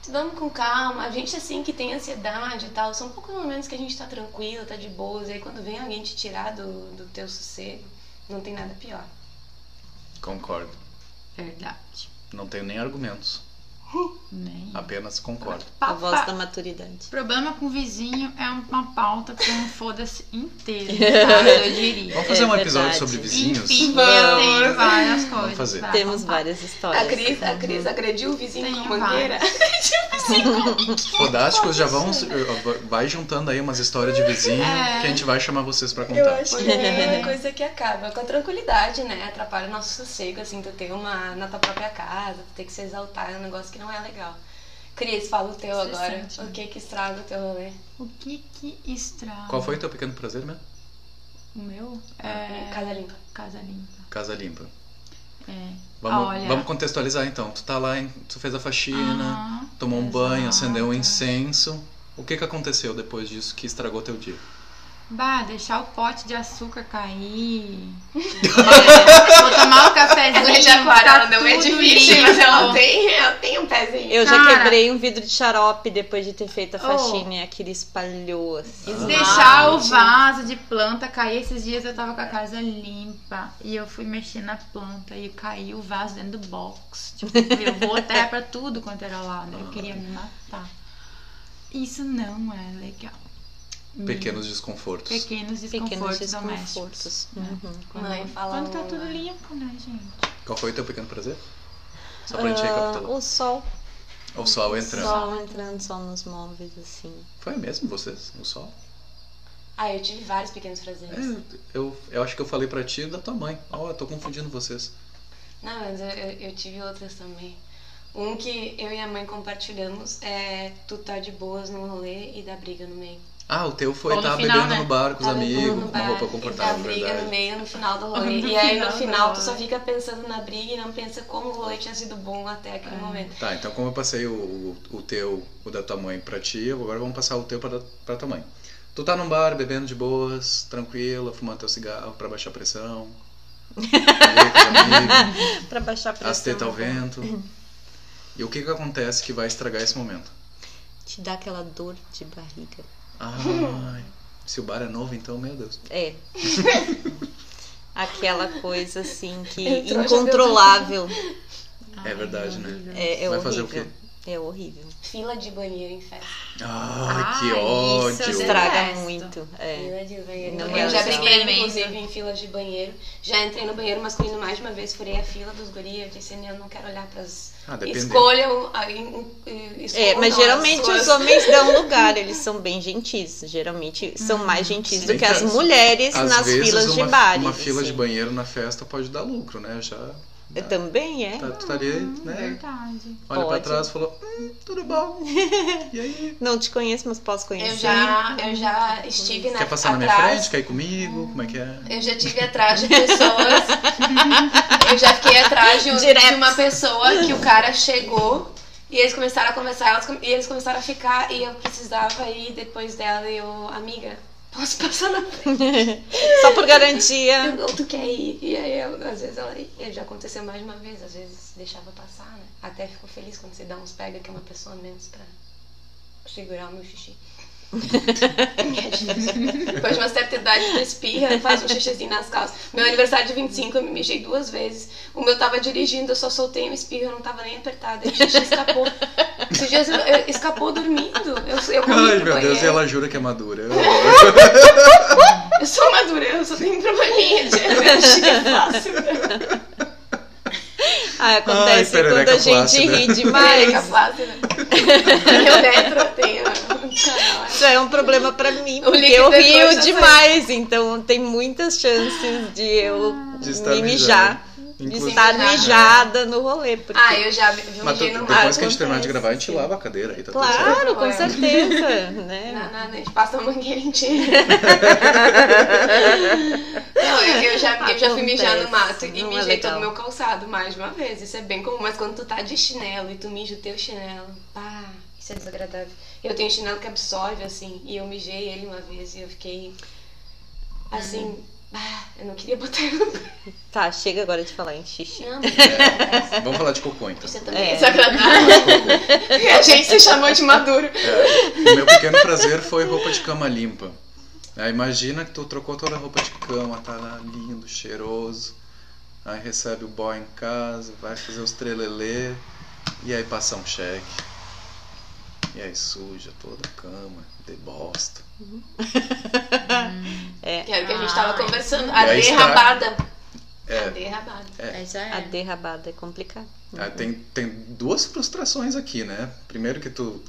Speaker 6: vamos com calma. A gente, assim, que tem ansiedade e tal, são poucos momentos que a gente tá tranquila, tá de boas. E aí, quando vem alguém te tirar do, do teu sossego, não tem nada pior.
Speaker 3: Concordo.
Speaker 5: Verdade.
Speaker 3: Não tenho nem argumentos.
Speaker 5: Nem.
Speaker 3: Apenas concordo.
Speaker 4: A voz
Speaker 7: tá-
Speaker 4: da
Speaker 5: O
Speaker 4: maturidade.
Speaker 5: Problema com o vizinho é uma pauta com um foda-se inteiro, sabe? Eu diria.
Speaker 3: Vamos fazer um
Speaker 4: É
Speaker 3: episódio
Speaker 4: verdade.
Speaker 3: sobre vizinhos?
Speaker 5: Enfim, eu tenho várias coisas. tá? Então
Speaker 3: fazer.
Speaker 5: pra
Speaker 4: Temos
Speaker 5: contar.
Speaker 4: várias
Speaker 7: A
Speaker 4: histórias.
Speaker 7: Cris, a Cris agrediu o vizinho
Speaker 5: Tem
Speaker 7: com a mangueira.
Speaker 3: Fodásticos já vão. Vai juntando aí umas histórias de vizinho
Speaker 5: É.
Speaker 3: que a gente vai chamar vocês pra
Speaker 6: Eu
Speaker 3: contar.
Speaker 6: acho que é uma coisa que acaba com a tranquilidade, né? Atrapalha o nosso sossego, assim, tu ter uma na tua própria casa, tu ter que se exaltar, é um negócio que não é legal. Cris, fala o teu agora.
Speaker 5: Estressante, né?
Speaker 6: O que que estraga o teu rolê?
Speaker 5: O que que estraga?
Speaker 3: Qual foi o teu pequeno prazer mesmo?
Speaker 5: O meu? É...
Speaker 6: Casa limpa.
Speaker 5: Casa limpa.
Speaker 3: Casa limpa.
Speaker 5: É.
Speaker 3: Vamos,
Speaker 5: Olha.
Speaker 3: vamos contextualizar então. Tu tá lá, em- tu fez a faxina,
Speaker 5: Aham.
Speaker 3: tomou um banho,
Speaker 5: Ah, Exato.
Speaker 3: acendeu um incenso. O que que aconteceu depois disso que estragou teu dia?
Speaker 5: Bah, deixar o pote de açúcar cair. É, vou tomar o cafezinho.
Speaker 7: Ela já
Speaker 5: tá
Speaker 7: Aquara, não é
Speaker 5: tudo
Speaker 7: difícil, mas ela
Speaker 5: limpo.
Speaker 7: tem, ela tem um pezinho.
Speaker 4: Eu já
Speaker 5: Cara.
Speaker 4: quebrei um vidro de xarope depois de ter feito a
Speaker 5: Oh.
Speaker 4: faxina e aquele espalhou assim.
Speaker 5: Deixar o vaso de planta cair. Esses dias eu tava com a casa limpa e eu fui mexer na planta e caiu o vaso dentro do box. Tipo, eu vou terra pra tudo quanto era lado. Eu queria me matar. Isso não é legal. Hum.
Speaker 3: Pequenos desconfortos.
Speaker 4: Pequenos
Speaker 5: Pequenos desconfortos domésticos.
Speaker 4: desconfortos. Uhum.
Speaker 6: Mãe, fala.
Speaker 5: Quando tá
Speaker 6: uma.
Speaker 5: tudo limpo, né, gente?
Speaker 3: Qual foi o teu pequeno prazer? Só pra gente recapitular.
Speaker 4: Ah, o sol,
Speaker 3: O sol entrando.
Speaker 4: sol entrando, sol nos móveis assim.
Speaker 3: Foi mesmo vocês? O sol?
Speaker 6: Ah, eu tive vários pequenos prazeres.
Speaker 5: Hum.
Speaker 3: É, eu, eu acho que eu falei pra ti e da tua mãe. Ó, eu tô confundindo vocês.
Speaker 6: Não, mas eu, eu- eu tive outras também. Um que eu e a mãe compartilhamos é tu tá de boas no rolê e dá briga no meio.
Speaker 3: Ah, o teu foi
Speaker 5: Ou no
Speaker 3: tá
Speaker 5: final,
Speaker 3: bebendo
Speaker 5: né?
Speaker 3: no bar com os
Speaker 6: Tá bebendo
Speaker 3: amigos,
Speaker 6: no
Speaker 3: uma
Speaker 6: bar,
Speaker 3: roupa
Speaker 6: e dá
Speaker 3: confortável,
Speaker 6: briga no
Speaker 3: verdade.
Speaker 6: meio, no final do rolê.
Speaker 5: No
Speaker 6: e aí no
Speaker 5: final do
Speaker 6: final tu só
Speaker 5: rolê.
Speaker 6: fica pensando na briga e não pensa como o rolê tinha sido bom até aquele
Speaker 4: É.
Speaker 6: momento.
Speaker 3: Tá, então como eu passei o, o, o teu, o da tua mãe pra ti, eu- agora vamos passar o teu pra, pra tua mãe. Tu tá num bar bebendo de boas, tranquila, fumando teu cigarro pra baixar a pressão. ali com os amigos,
Speaker 4: Pra baixar a pressão.
Speaker 3: As tetas tá ao vento. E o que que acontece que vai estragar esse momento?
Speaker 4: Te dá aquela dor de barriga.
Speaker 3: Ai, se o bar é novo, então, meu Deus.
Speaker 4: É. aquela coisa assim que
Speaker 6: Entrou, já deu
Speaker 4: incontrolável.
Speaker 3: É verdade, né?
Speaker 4: É, é
Speaker 3: Vai
Speaker 4: horrível.
Speaker 3: fazer o
Speaker 4: É horrível.
Speaker 6: Fila de banheiro em festa.
Speaker 3: Ai,
Speaker 5: Ai,
Speaker 3: que
Speaker 5: isso
Speaker 3: ódio.
Speaker 5: é-
Speaker 4: Estraga
Speaker 5: Detesto.
Speaker 4: muito. É.
Speaker 6: Fila de banheiro.
Speaker 4: Não
Speaker 6: eu
Speaker 4: é
Speaker 6: já
Speaker 4: legal.
Speaker 6: briguei,
Speaker 5: Tremendo.
Speaker 6: inclusive, em filas de banheiro. Já entrei no banheiro masculino mais de uma vez, furei a fila dos guri. Eu disse, eu não quero olhar pras...
Speaker 3: Ah, depende.
Speaker 6: escolham... a- em- em-
Speaker 4: É,
Speaker 6: escolham
Speaker 4: mas geralmente
Speaker 6: as
Speaker 4: os
Speaker 6: suas-
Speaker 4: homens dão lugar, eles são bem gentis. Geralmente
Speaker 6: Hum.
Speaker 4: são mais gentis
Speaker 3: Sim.
Speaker 4: do que as
Speaker 3: Às-
Speaker 4: mulheres
Speaker 3: Às
Speaker 4: nas
Speaker 3: vezes
Speaker 4: filas
Speaker 3: uma,
Speaker 4: de bares.
Speaker 3: uma fila de
Speaker 4: assim.
Speaker 3: banheiro na festa pode dar lucro, né? Já
Speaker 4: Eu Também é.
Speaker 3: tá, tu tá ali,
Speaker 5: é.
Speaker 3: né?
Speaker 5: Verdade.
Speaker 3: Olha pra
Speaker 4: Pode.
Speaker 3: trás e falou, hum, tudo bom. E aí?
Speaker 4: Não te conheço, mas posso conhecer.
Speaker 6: Eu já, eu já estive na,
Speaker 3: Quer passar na minha
Speaker 6: atrás
Speaker 3: frente? Quer ir comigo? Como é que é?
Speaker 6: Eu já tive atrás de pessoas. eu já fiquei atrás de, um-
Speaker 4: Direto.
Speaker 6: de uma pessoa que o cara chegou e eles começaram a conversar elas com- e eles começaram a ficar e eu precisava ir depois dela e eu, amiga, posso passar na frente?
Speaker 4: Só por garantia.
Speaker 6: Ou tu quer ir? E é aí eu, às vezes ela eu já aconteceu mais de uma vez, às vezes deixava passar, né? Até fico feliz quando você dá uns pega que é uma pessoa a menos pra segurar o meu xixi. É difícil. Depois de uma certa idade, tu espirra, faz um xixizinho nas calças. Meu aniversário de 25, eu me mijei duas vezes. O meu tava dirigindo, eu só soltei um espirro, eu não tava nem apertada. E o xixi escapou. Esses dias eu- eu- escapou dormindo. Eu, eu
Speaker 4: Tá
Speaker 6: corri
Speaker 3: Ai,
Speaker 6: pro
Speaker 3: meu Deus,
Speaker 6: banheiro.
Speaker 3: e ela jura que é madura.
Speaker 6: Eu sou madura, eu só tenho um probleminha de eu xixi é fácil.
Speaker 4: Ah, acontece
Speaker 3: Ai,
Speaker 4: quando
Speaker 3: perereca
Speaker 4: a gente
Speaker 3: flácida.
Speaker 4: ri
Speaker 6: Mas...
Speaker 4: demais.
Speaker 6: Capaz, né? Eu dentro tenho.
Speaker 4: Isso é um problema pra mim, porque
Speaker 6: líquido
Speaker 4: eu
Speaker 6: é coisa
Speaker 4: rio
Speaker 6: séria.
Speaker 4: demais, então tem muitas chances de eu
Speaker 3: De estar
Speaker 4: me mijar,
Speaker 3: mijando.
Speaker 4: de
Speaker 3: Inclusive-
Speaker 4: estar
Speaker 6: mijada.
Speaker 4: mijada no rolê. Porque...
Speaker 6: Ah, eu já vi um
Speaker 3: Mas tu-
Speaker 6: jeito no
Speaker 3: depois
Speaker 6: mar.
Speaker 3: que a gente terminar de
Speaker 4: acontece.
Speaker 3: gravar, a gente lava a cadeira aí, tá tudo certo.
Speaker 4: Claro, com
Speaker 6: É.
Speaker 4: certeza, né?
Speaker 6: Não, não, não, a gente passa um a mangueira inteira. Não, eu, eu já, eu já fui mijar no mato
Speaker 4: Acontece,
Speaker 6: e
Speaker 4: não é
Speaker 6: mijei
Speaker 4: legal.
Speaker 6: todo meu calçado mais de uma vez. Isso é bem comum, mas quando tu tá de chinelo e tu mija o teu chinelo, pá, isso é desagradável. Eu tenho um chinelo que absorve, assim, e eu mijei ele uma vez e eu fiquei assim, ah, eu não queria botar ele no pé.
Speaker 4: Tá, chega agora de falar em xixi.
Speaker 6: Não, mas acontece.
Speaker 3: Vamos falar de cocô, então.
Speaker 6: Você também
Speaker 4: É.
Speaker 6: é desagradável. E É, a gente se chamou de maduro.
Speaker 3: É, o meu pequeno prazer foi roupa de cama limpa. Aí imagina que tu trocou toda a roupa de cama, tá lá lindo, cheiroso. Aí recebe o boy em casa, vai fazer os trelelê. E aí passa um cheque. E aí suja toda a cama, de bosta.
Speaker 6: Que era o que a gente tava conversando. A
Speaker 3: E aí estraga.
Speaker 6: derrabada. A
Speaker 3: É,
Speaker 6: derrabada.
Speaker 5: É, já
Speaker 4: A
Speaker 5: é.
Speaker 4: derrabada é complicada.
Speaker 3: aí tem, tem duas frustrações aqui, né? Primeiro que tu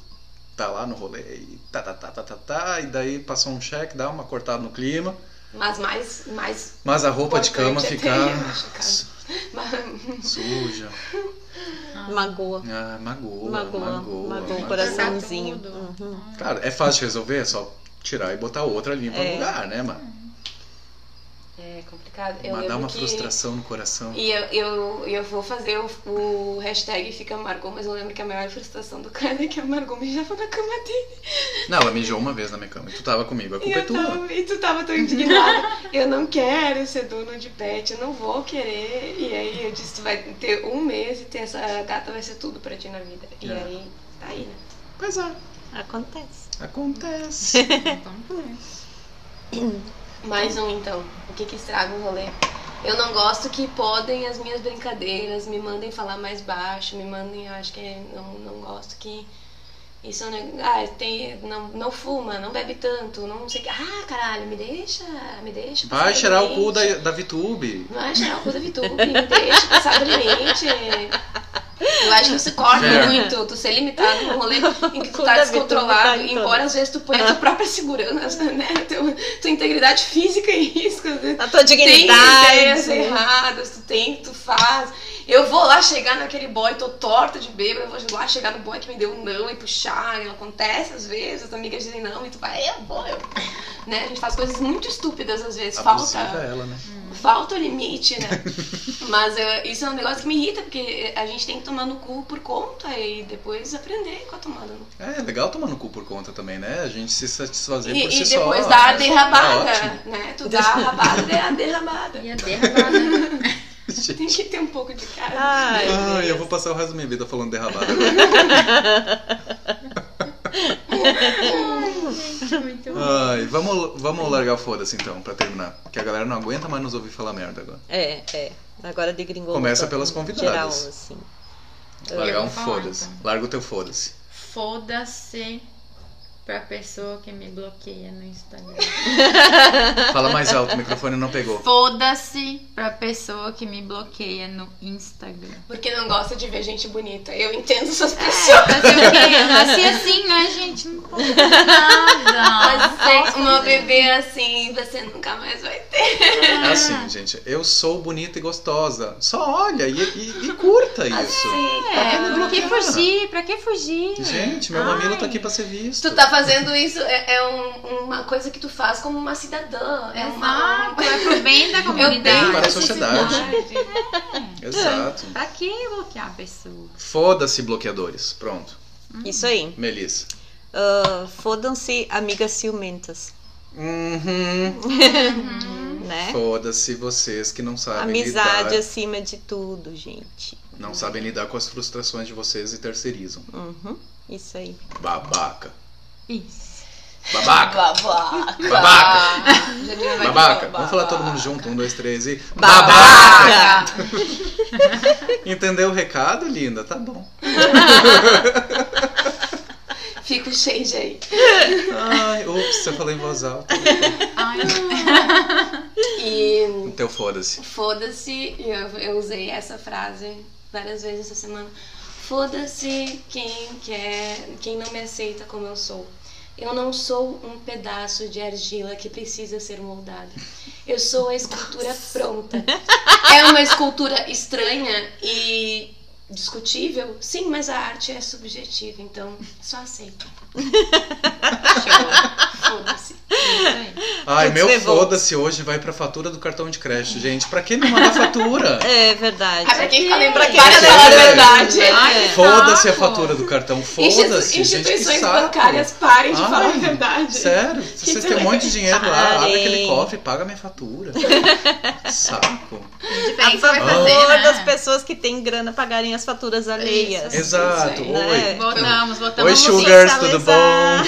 Speaker 3: tá lá no rolê e tá, tá, tá, tá, tá, tá. E daí passou um cheque, dá uma cortada no clima.
Speaker 6: Mas mais. mais
Speaker 3: Mas a roupa de cama
Speaker 6: importante é ter
Speaker 3: fica
Speaker 6: machucado. Mas-
Speaker 3: suja.
Speaker 4: Magoa.
Speaker 3: Ah, magoa,
Speaker 4: Magoa, magoa, o
Speaker 5: coração.
Speaker 4: coraçãozinho.
Speaker 5: Tudo.
Speaker 4: Uhum.
Speaker 3: Cara, é fácil de resolver, é só tirar e botar outra limpa
Speaker 4: É.
Speaker 3: no lugar, né, mano?
Speaker 6: É complicado. Eu
Speaker 3: Mas dá
Speaker 6: lembro
Speaker 3: uma
Speaker 6: que...
Speaker 3: frustração no coração.
Speaker 6: E eu, eu, eu vou fazer o, o hashtag Fica Margot, mas eu lembro que a maior frustração do cara é que a Margot mijava na cama dele.
Speaker 3: Não, ela mijou uma vez na minha cama e tu tava comigo, a
Speaker 6: E,
Speaker 3: culpa é
Speaker 6: eu
Speaker 3: tua.
Speaker 6: tava, e tu tava tão indignada. eu não quero ser dono de pet, eu não vou querer. E aí eu disse, tu vai ter um mês e ter essa gata vai ser tudo pra ti na vida. E
Speaker 3: É.
Speaker 6: aí, tá aí, né?
Speaker 3: Pois é,
Speaker 4: Acontece.
Speaker 3: acontece.
Speaker 6: Mais um então. O que que estraga o rolê? Eu não gosto que podem as minhas brincadeiras, me mandem falar mais baixo, me mandem, eu acho que é- não, não gosto que isso é um neg- ah, tem não, não fuma, não bebe tanto, não sei o que. Ah, caralho, me deixa, me deixa. passar
Speaker 3: Vai cheirar o cu
Speaker 6: limite.
Speaker 3: da, da VTube.
Speaker 6: Vai cheirar o cu da Vitube, me deixa passar do limite. Eu acho que isso corta
Speaker 3: É.
Speaker 6: muito, tu ser limitado num rolê em que
Speaker 4: O cu
Speaker 6: tu tá
Speaker 4: da
Speaker 6: descontrolado,
Speaker 4: Vitube tá em
Speaker 6: embora
Speaker 4: todas.
Speaker 6: às vezes tu ponha tua própria segurança, né? Teu- tua integridade física em risco. né?
Speaker 4: A tua
Speaker 6: Tem ideias
Speaker 4: dignidade.
Speaker 6: erradas, tu tem, tu faz. Eu vou lá chegar naquele boy, tô torta de bêbada, eu vou lá chegar no boy que me deu um não e puxar, e acontece às vezes, as amigas dizem não, e tu vai, eu vou, eu. Né? A gente faz coisas muito estúpidas às vezes,
Speaker 3: Abusiva
Speaker 6: falta Hum.
Speaker 3: ela, né?
Speaker 6: falta o limite, né? Mas eh, isso é um negócio que me irrita, porque a gente tem que tomar no cu por conta e depois aprender com a tomada no cu.
Speaker 3: É, é legal tomar no cu por conta também, né? A gente se satisfazer
Speaker 6: E,
Speaker 3: por
Speaker 6: e
Speaker 3: si só.
Speaker 6: depois dar a
Speaker 3: né?
Speaker 6: derrabada,
Speaker 3: É ótimo.
Speaker 6: né? Tu dá a rabada, dá a derrabada.
Speaker 5: E a derramada.
Speaker 6: Tem que ter um pouco de cara.
Speaker 4: Ai,
Speaker 3: Ah,
Speaker 4: Deus.
Speaker 3: eu vou passar o resto da minha vida falando derrabada.
Speaker 5: é Muito bom.
Speaker 3: Ai, vamos, vamos largar o foda-se então, pra terminar. Que a galera não aguenta mais nos ouvir falar merda agora.
Speaker 4: É, é. Agora de gringolândia.
Speaker 3: Começa pelas
Speaker 4: em
Speaker 3: convidadas.
Speaker 4: Geral, assim.
Speaker 3: Largar
Speaker 5: vou
Speaker 3: um
Speaker 5: falar,
Speaker 3: foda-se.
Speaker 5: então.
Speaker 3: Larga o teu foda-se.
Speaker 5: Foda-se pra pessoa que me bloqueia no Instagram.
Speaker 3: Fala mais alto, o microfone não pegou.
Speaker 5: Foda-se pra pessoa que me bloqueia no Instagram.
Speaker 6: Porque não gosta de ver gente bonita. Eu entendo essas pessoas.
Speaker 5: É, fazer o quê? Eu nasci assim, né, gente? Não pode fazer
Speaker 2: É,
Speaker 5: nada.
Speaker 6: Mas tem uma bebê assim, você nunca mais vai ter.
Speaker 5: Ah.
Speaker 3: É assim, gente. Eu sou bonita e gostosa. Só olha e, e- e curta
Speaker 5: Ah,
Speaker 3: isso. Pra que me
Speaker 5: É, pra que
Speaker 3: bloquear?
Speaker 5: fugir? Pra que fugir?
Speaker 3: Gente, meu mamilo tá aqui pra ser visto.
Speaker 6: Tu tá fazendo isso, é, é um- uma coisa que tu faz como uma cidadã. É uma.
Speaker 5: Exato, é pro bem da
Speaker 3: Bem para a
Speaker 5: comunidade.
Speaker 3: sociedade.
Speaker 6: Verdade.
Speaker 3: Exato.
Speaker 5: Pra que bloquear a pessoa?
Speaker 3: Foda-se, bloqueadores. Pronto.
Speaker 4: Isso aí.
Speaker 3: Melissa.
Speaker 4: Ah, Fodam-se amigas ciumentas,
Speaker 3: Uhum.
Speaker 5: É.
Speaker 4: né?
Speaker 3: Foda-se vocês que não sabem
Speaker 4: Amizade
Speaker 3: lidar.
Speaker 4: acima de tudo, gente.
Speaker 3: Não sabem lidar com as frustrações de vocês e terceirizam.
Speaker 4: Uhum. Isso aí.
Speaker 3: Babaca.
Speaker 5: Isso.
Speaker 3: Babaca!
Speaker 6: Babaca.
Speaker 3: Babaca.
Speaker 6: Já diria mais
Speaker 3: Babaca!
Speaker 6: que
Speaker 3: Vamos falar todo mundo junto. Um, dois, três e.
Speaker 4: Babaca!
Speaker 3: Entendeu o recado, linda? Tá bom.
Speaker 6: Fico cheio de aí.
Speaker 3: Ai, ups, eu falei em voz alta.
Speaker 5: Ai,
Speaker 6: E
Speaker 3: Então foda-se.
Speaker 6: foda-se, eu, eu usei essa frase várias vezes essa semana. Foda-se quem quer, quem não me aceita como eu sou. Eu não sou um pedaço de argila que precisa ser moldado. Eu sou a escultura pronta. É uma escultura estranha e discutível, sim, mas a arte é subjetiva, então só aceita. Show. Foda-se.
Speaker 5: isso aí.
Speaker 3: Ai,
Speaker 4: Putz,
Speaker 3: meu
Speaker 4: levou.
Speaker 3: foda-se hoje vai pra fatura do cartão de crédito, gente. Pra que me mandar fatura?
Speaker 4: É verdade.
Speaker 6: Ah, pra quem fica lembrando
Speaker 3: quem
Speaker 6: várias
Speaker 3: quer
Speaker 6: da
Speaker 3: ver.
Speaker 6: é verdade.
Speaker 5: Ai, que
Speaker 3: Foda-se a
Speaker 5: saco.
Speaker 3: fatura do cartão,
Speaker 6: Institu-
Speaker 3: foda-se. gente, que
Speaker 6: Instituições
Speaker 3: saco.
Speaker 6: bancárias, parem de
Speaker 3: Ai,
Speaker 6: falar a verdade.
Speaker 3: Sério, vocês têm um
Speaker 6: doido.
Speaker 3: monte de dinheiro lá, abre
Speaker 4: Parem.
Speaker 3: aquele cofre e paga minha fatura. Saco.
Speaker 5: Diferente
Speaker 4: a
Speaker 5: vai
Speaker 4: favor
Speaker 5: fazer, né?
Speaker 4: das pessoas que têm grana pagarem as faturas alheias. né?
Speaker 3: Exato.
Speaker 6: Isso
Speaker 4: aí.
Speaker 3: Oi.
Speaker 5: Botamos, botamos
Speaker 6: um
Speaker 3: Oi,
Speaker 5: no
Speaker 3: Sugars,
Speaker 4: Salles,
Speaker 3: tudo
Speaker 4: ah.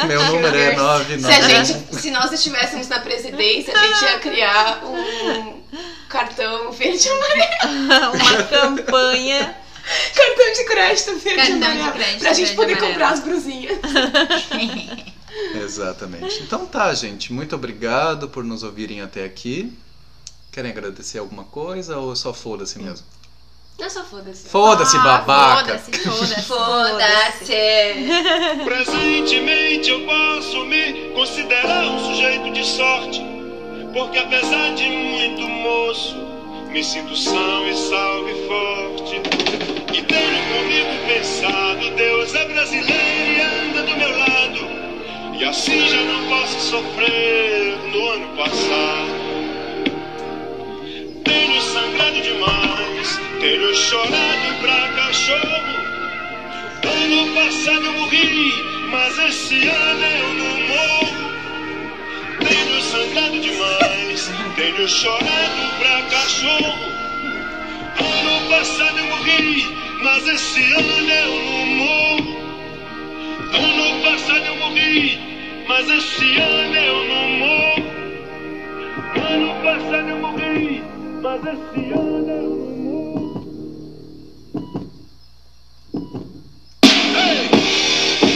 Speaker 3: bom? Meu número é né?
Speaker 6: Sugars.
Speaker 3: 99.
Speaker 6: Se, a gente, se nós estivéssemos na presidência, a gente ia criar um cartão verde amarelo.
Speaker 4: Uma campanha.
Speaker 6: Cartão de crédito verde
Speaker 5: Cartão de
Speaker 6: amarelo.
Speaker 5: crédito
Speaker 6: pra
Speaker 5: verde
Speaker 6: gente poder
Speaker 5: amarelo.
Speaker 6: comprar as brusinhas.
Speaker 3: Exatamente. Então tá, gente. Muito obrigado por nos ouvirem até aqui. Querem agradecer alguma coisa ou só foda-se mesmo?
Speaker 6: Não só foda-se. Ah,
Speaker 3: Foda-se, babaca!
Speaker 5: Foda-se, foda-se.
Speaker 6: Foda-se.
Speaker 9: Presentemente eu posso me considerar um sujeito de sorte, porque apesar de muito moço, me sinto são e salve forte. E tenho comigo pensado, Deus é brasileiro e anda do meu lado, e assim já não posso sofrer no ano passado. Tenho sangrado demais, tenho chorado pra cachorro. Ano passado eu morri, mas esse ano eu não morro. Tenho sangrado demais, tenho chorado pra cachorro. Ano passado eu morri, mas esse ano eu não morro. Ano passado eu morri, mas esse ano eu não morro. Ano passado eu morri, mas esse ano eu não morro.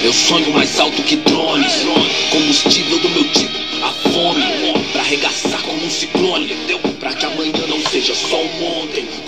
Speaker 10: Eu sonho mais alto que drones. Combustível do meu tipo, a fome. Pra arregaçar como um ciclone. Pra que amanhã não seja só um ontem.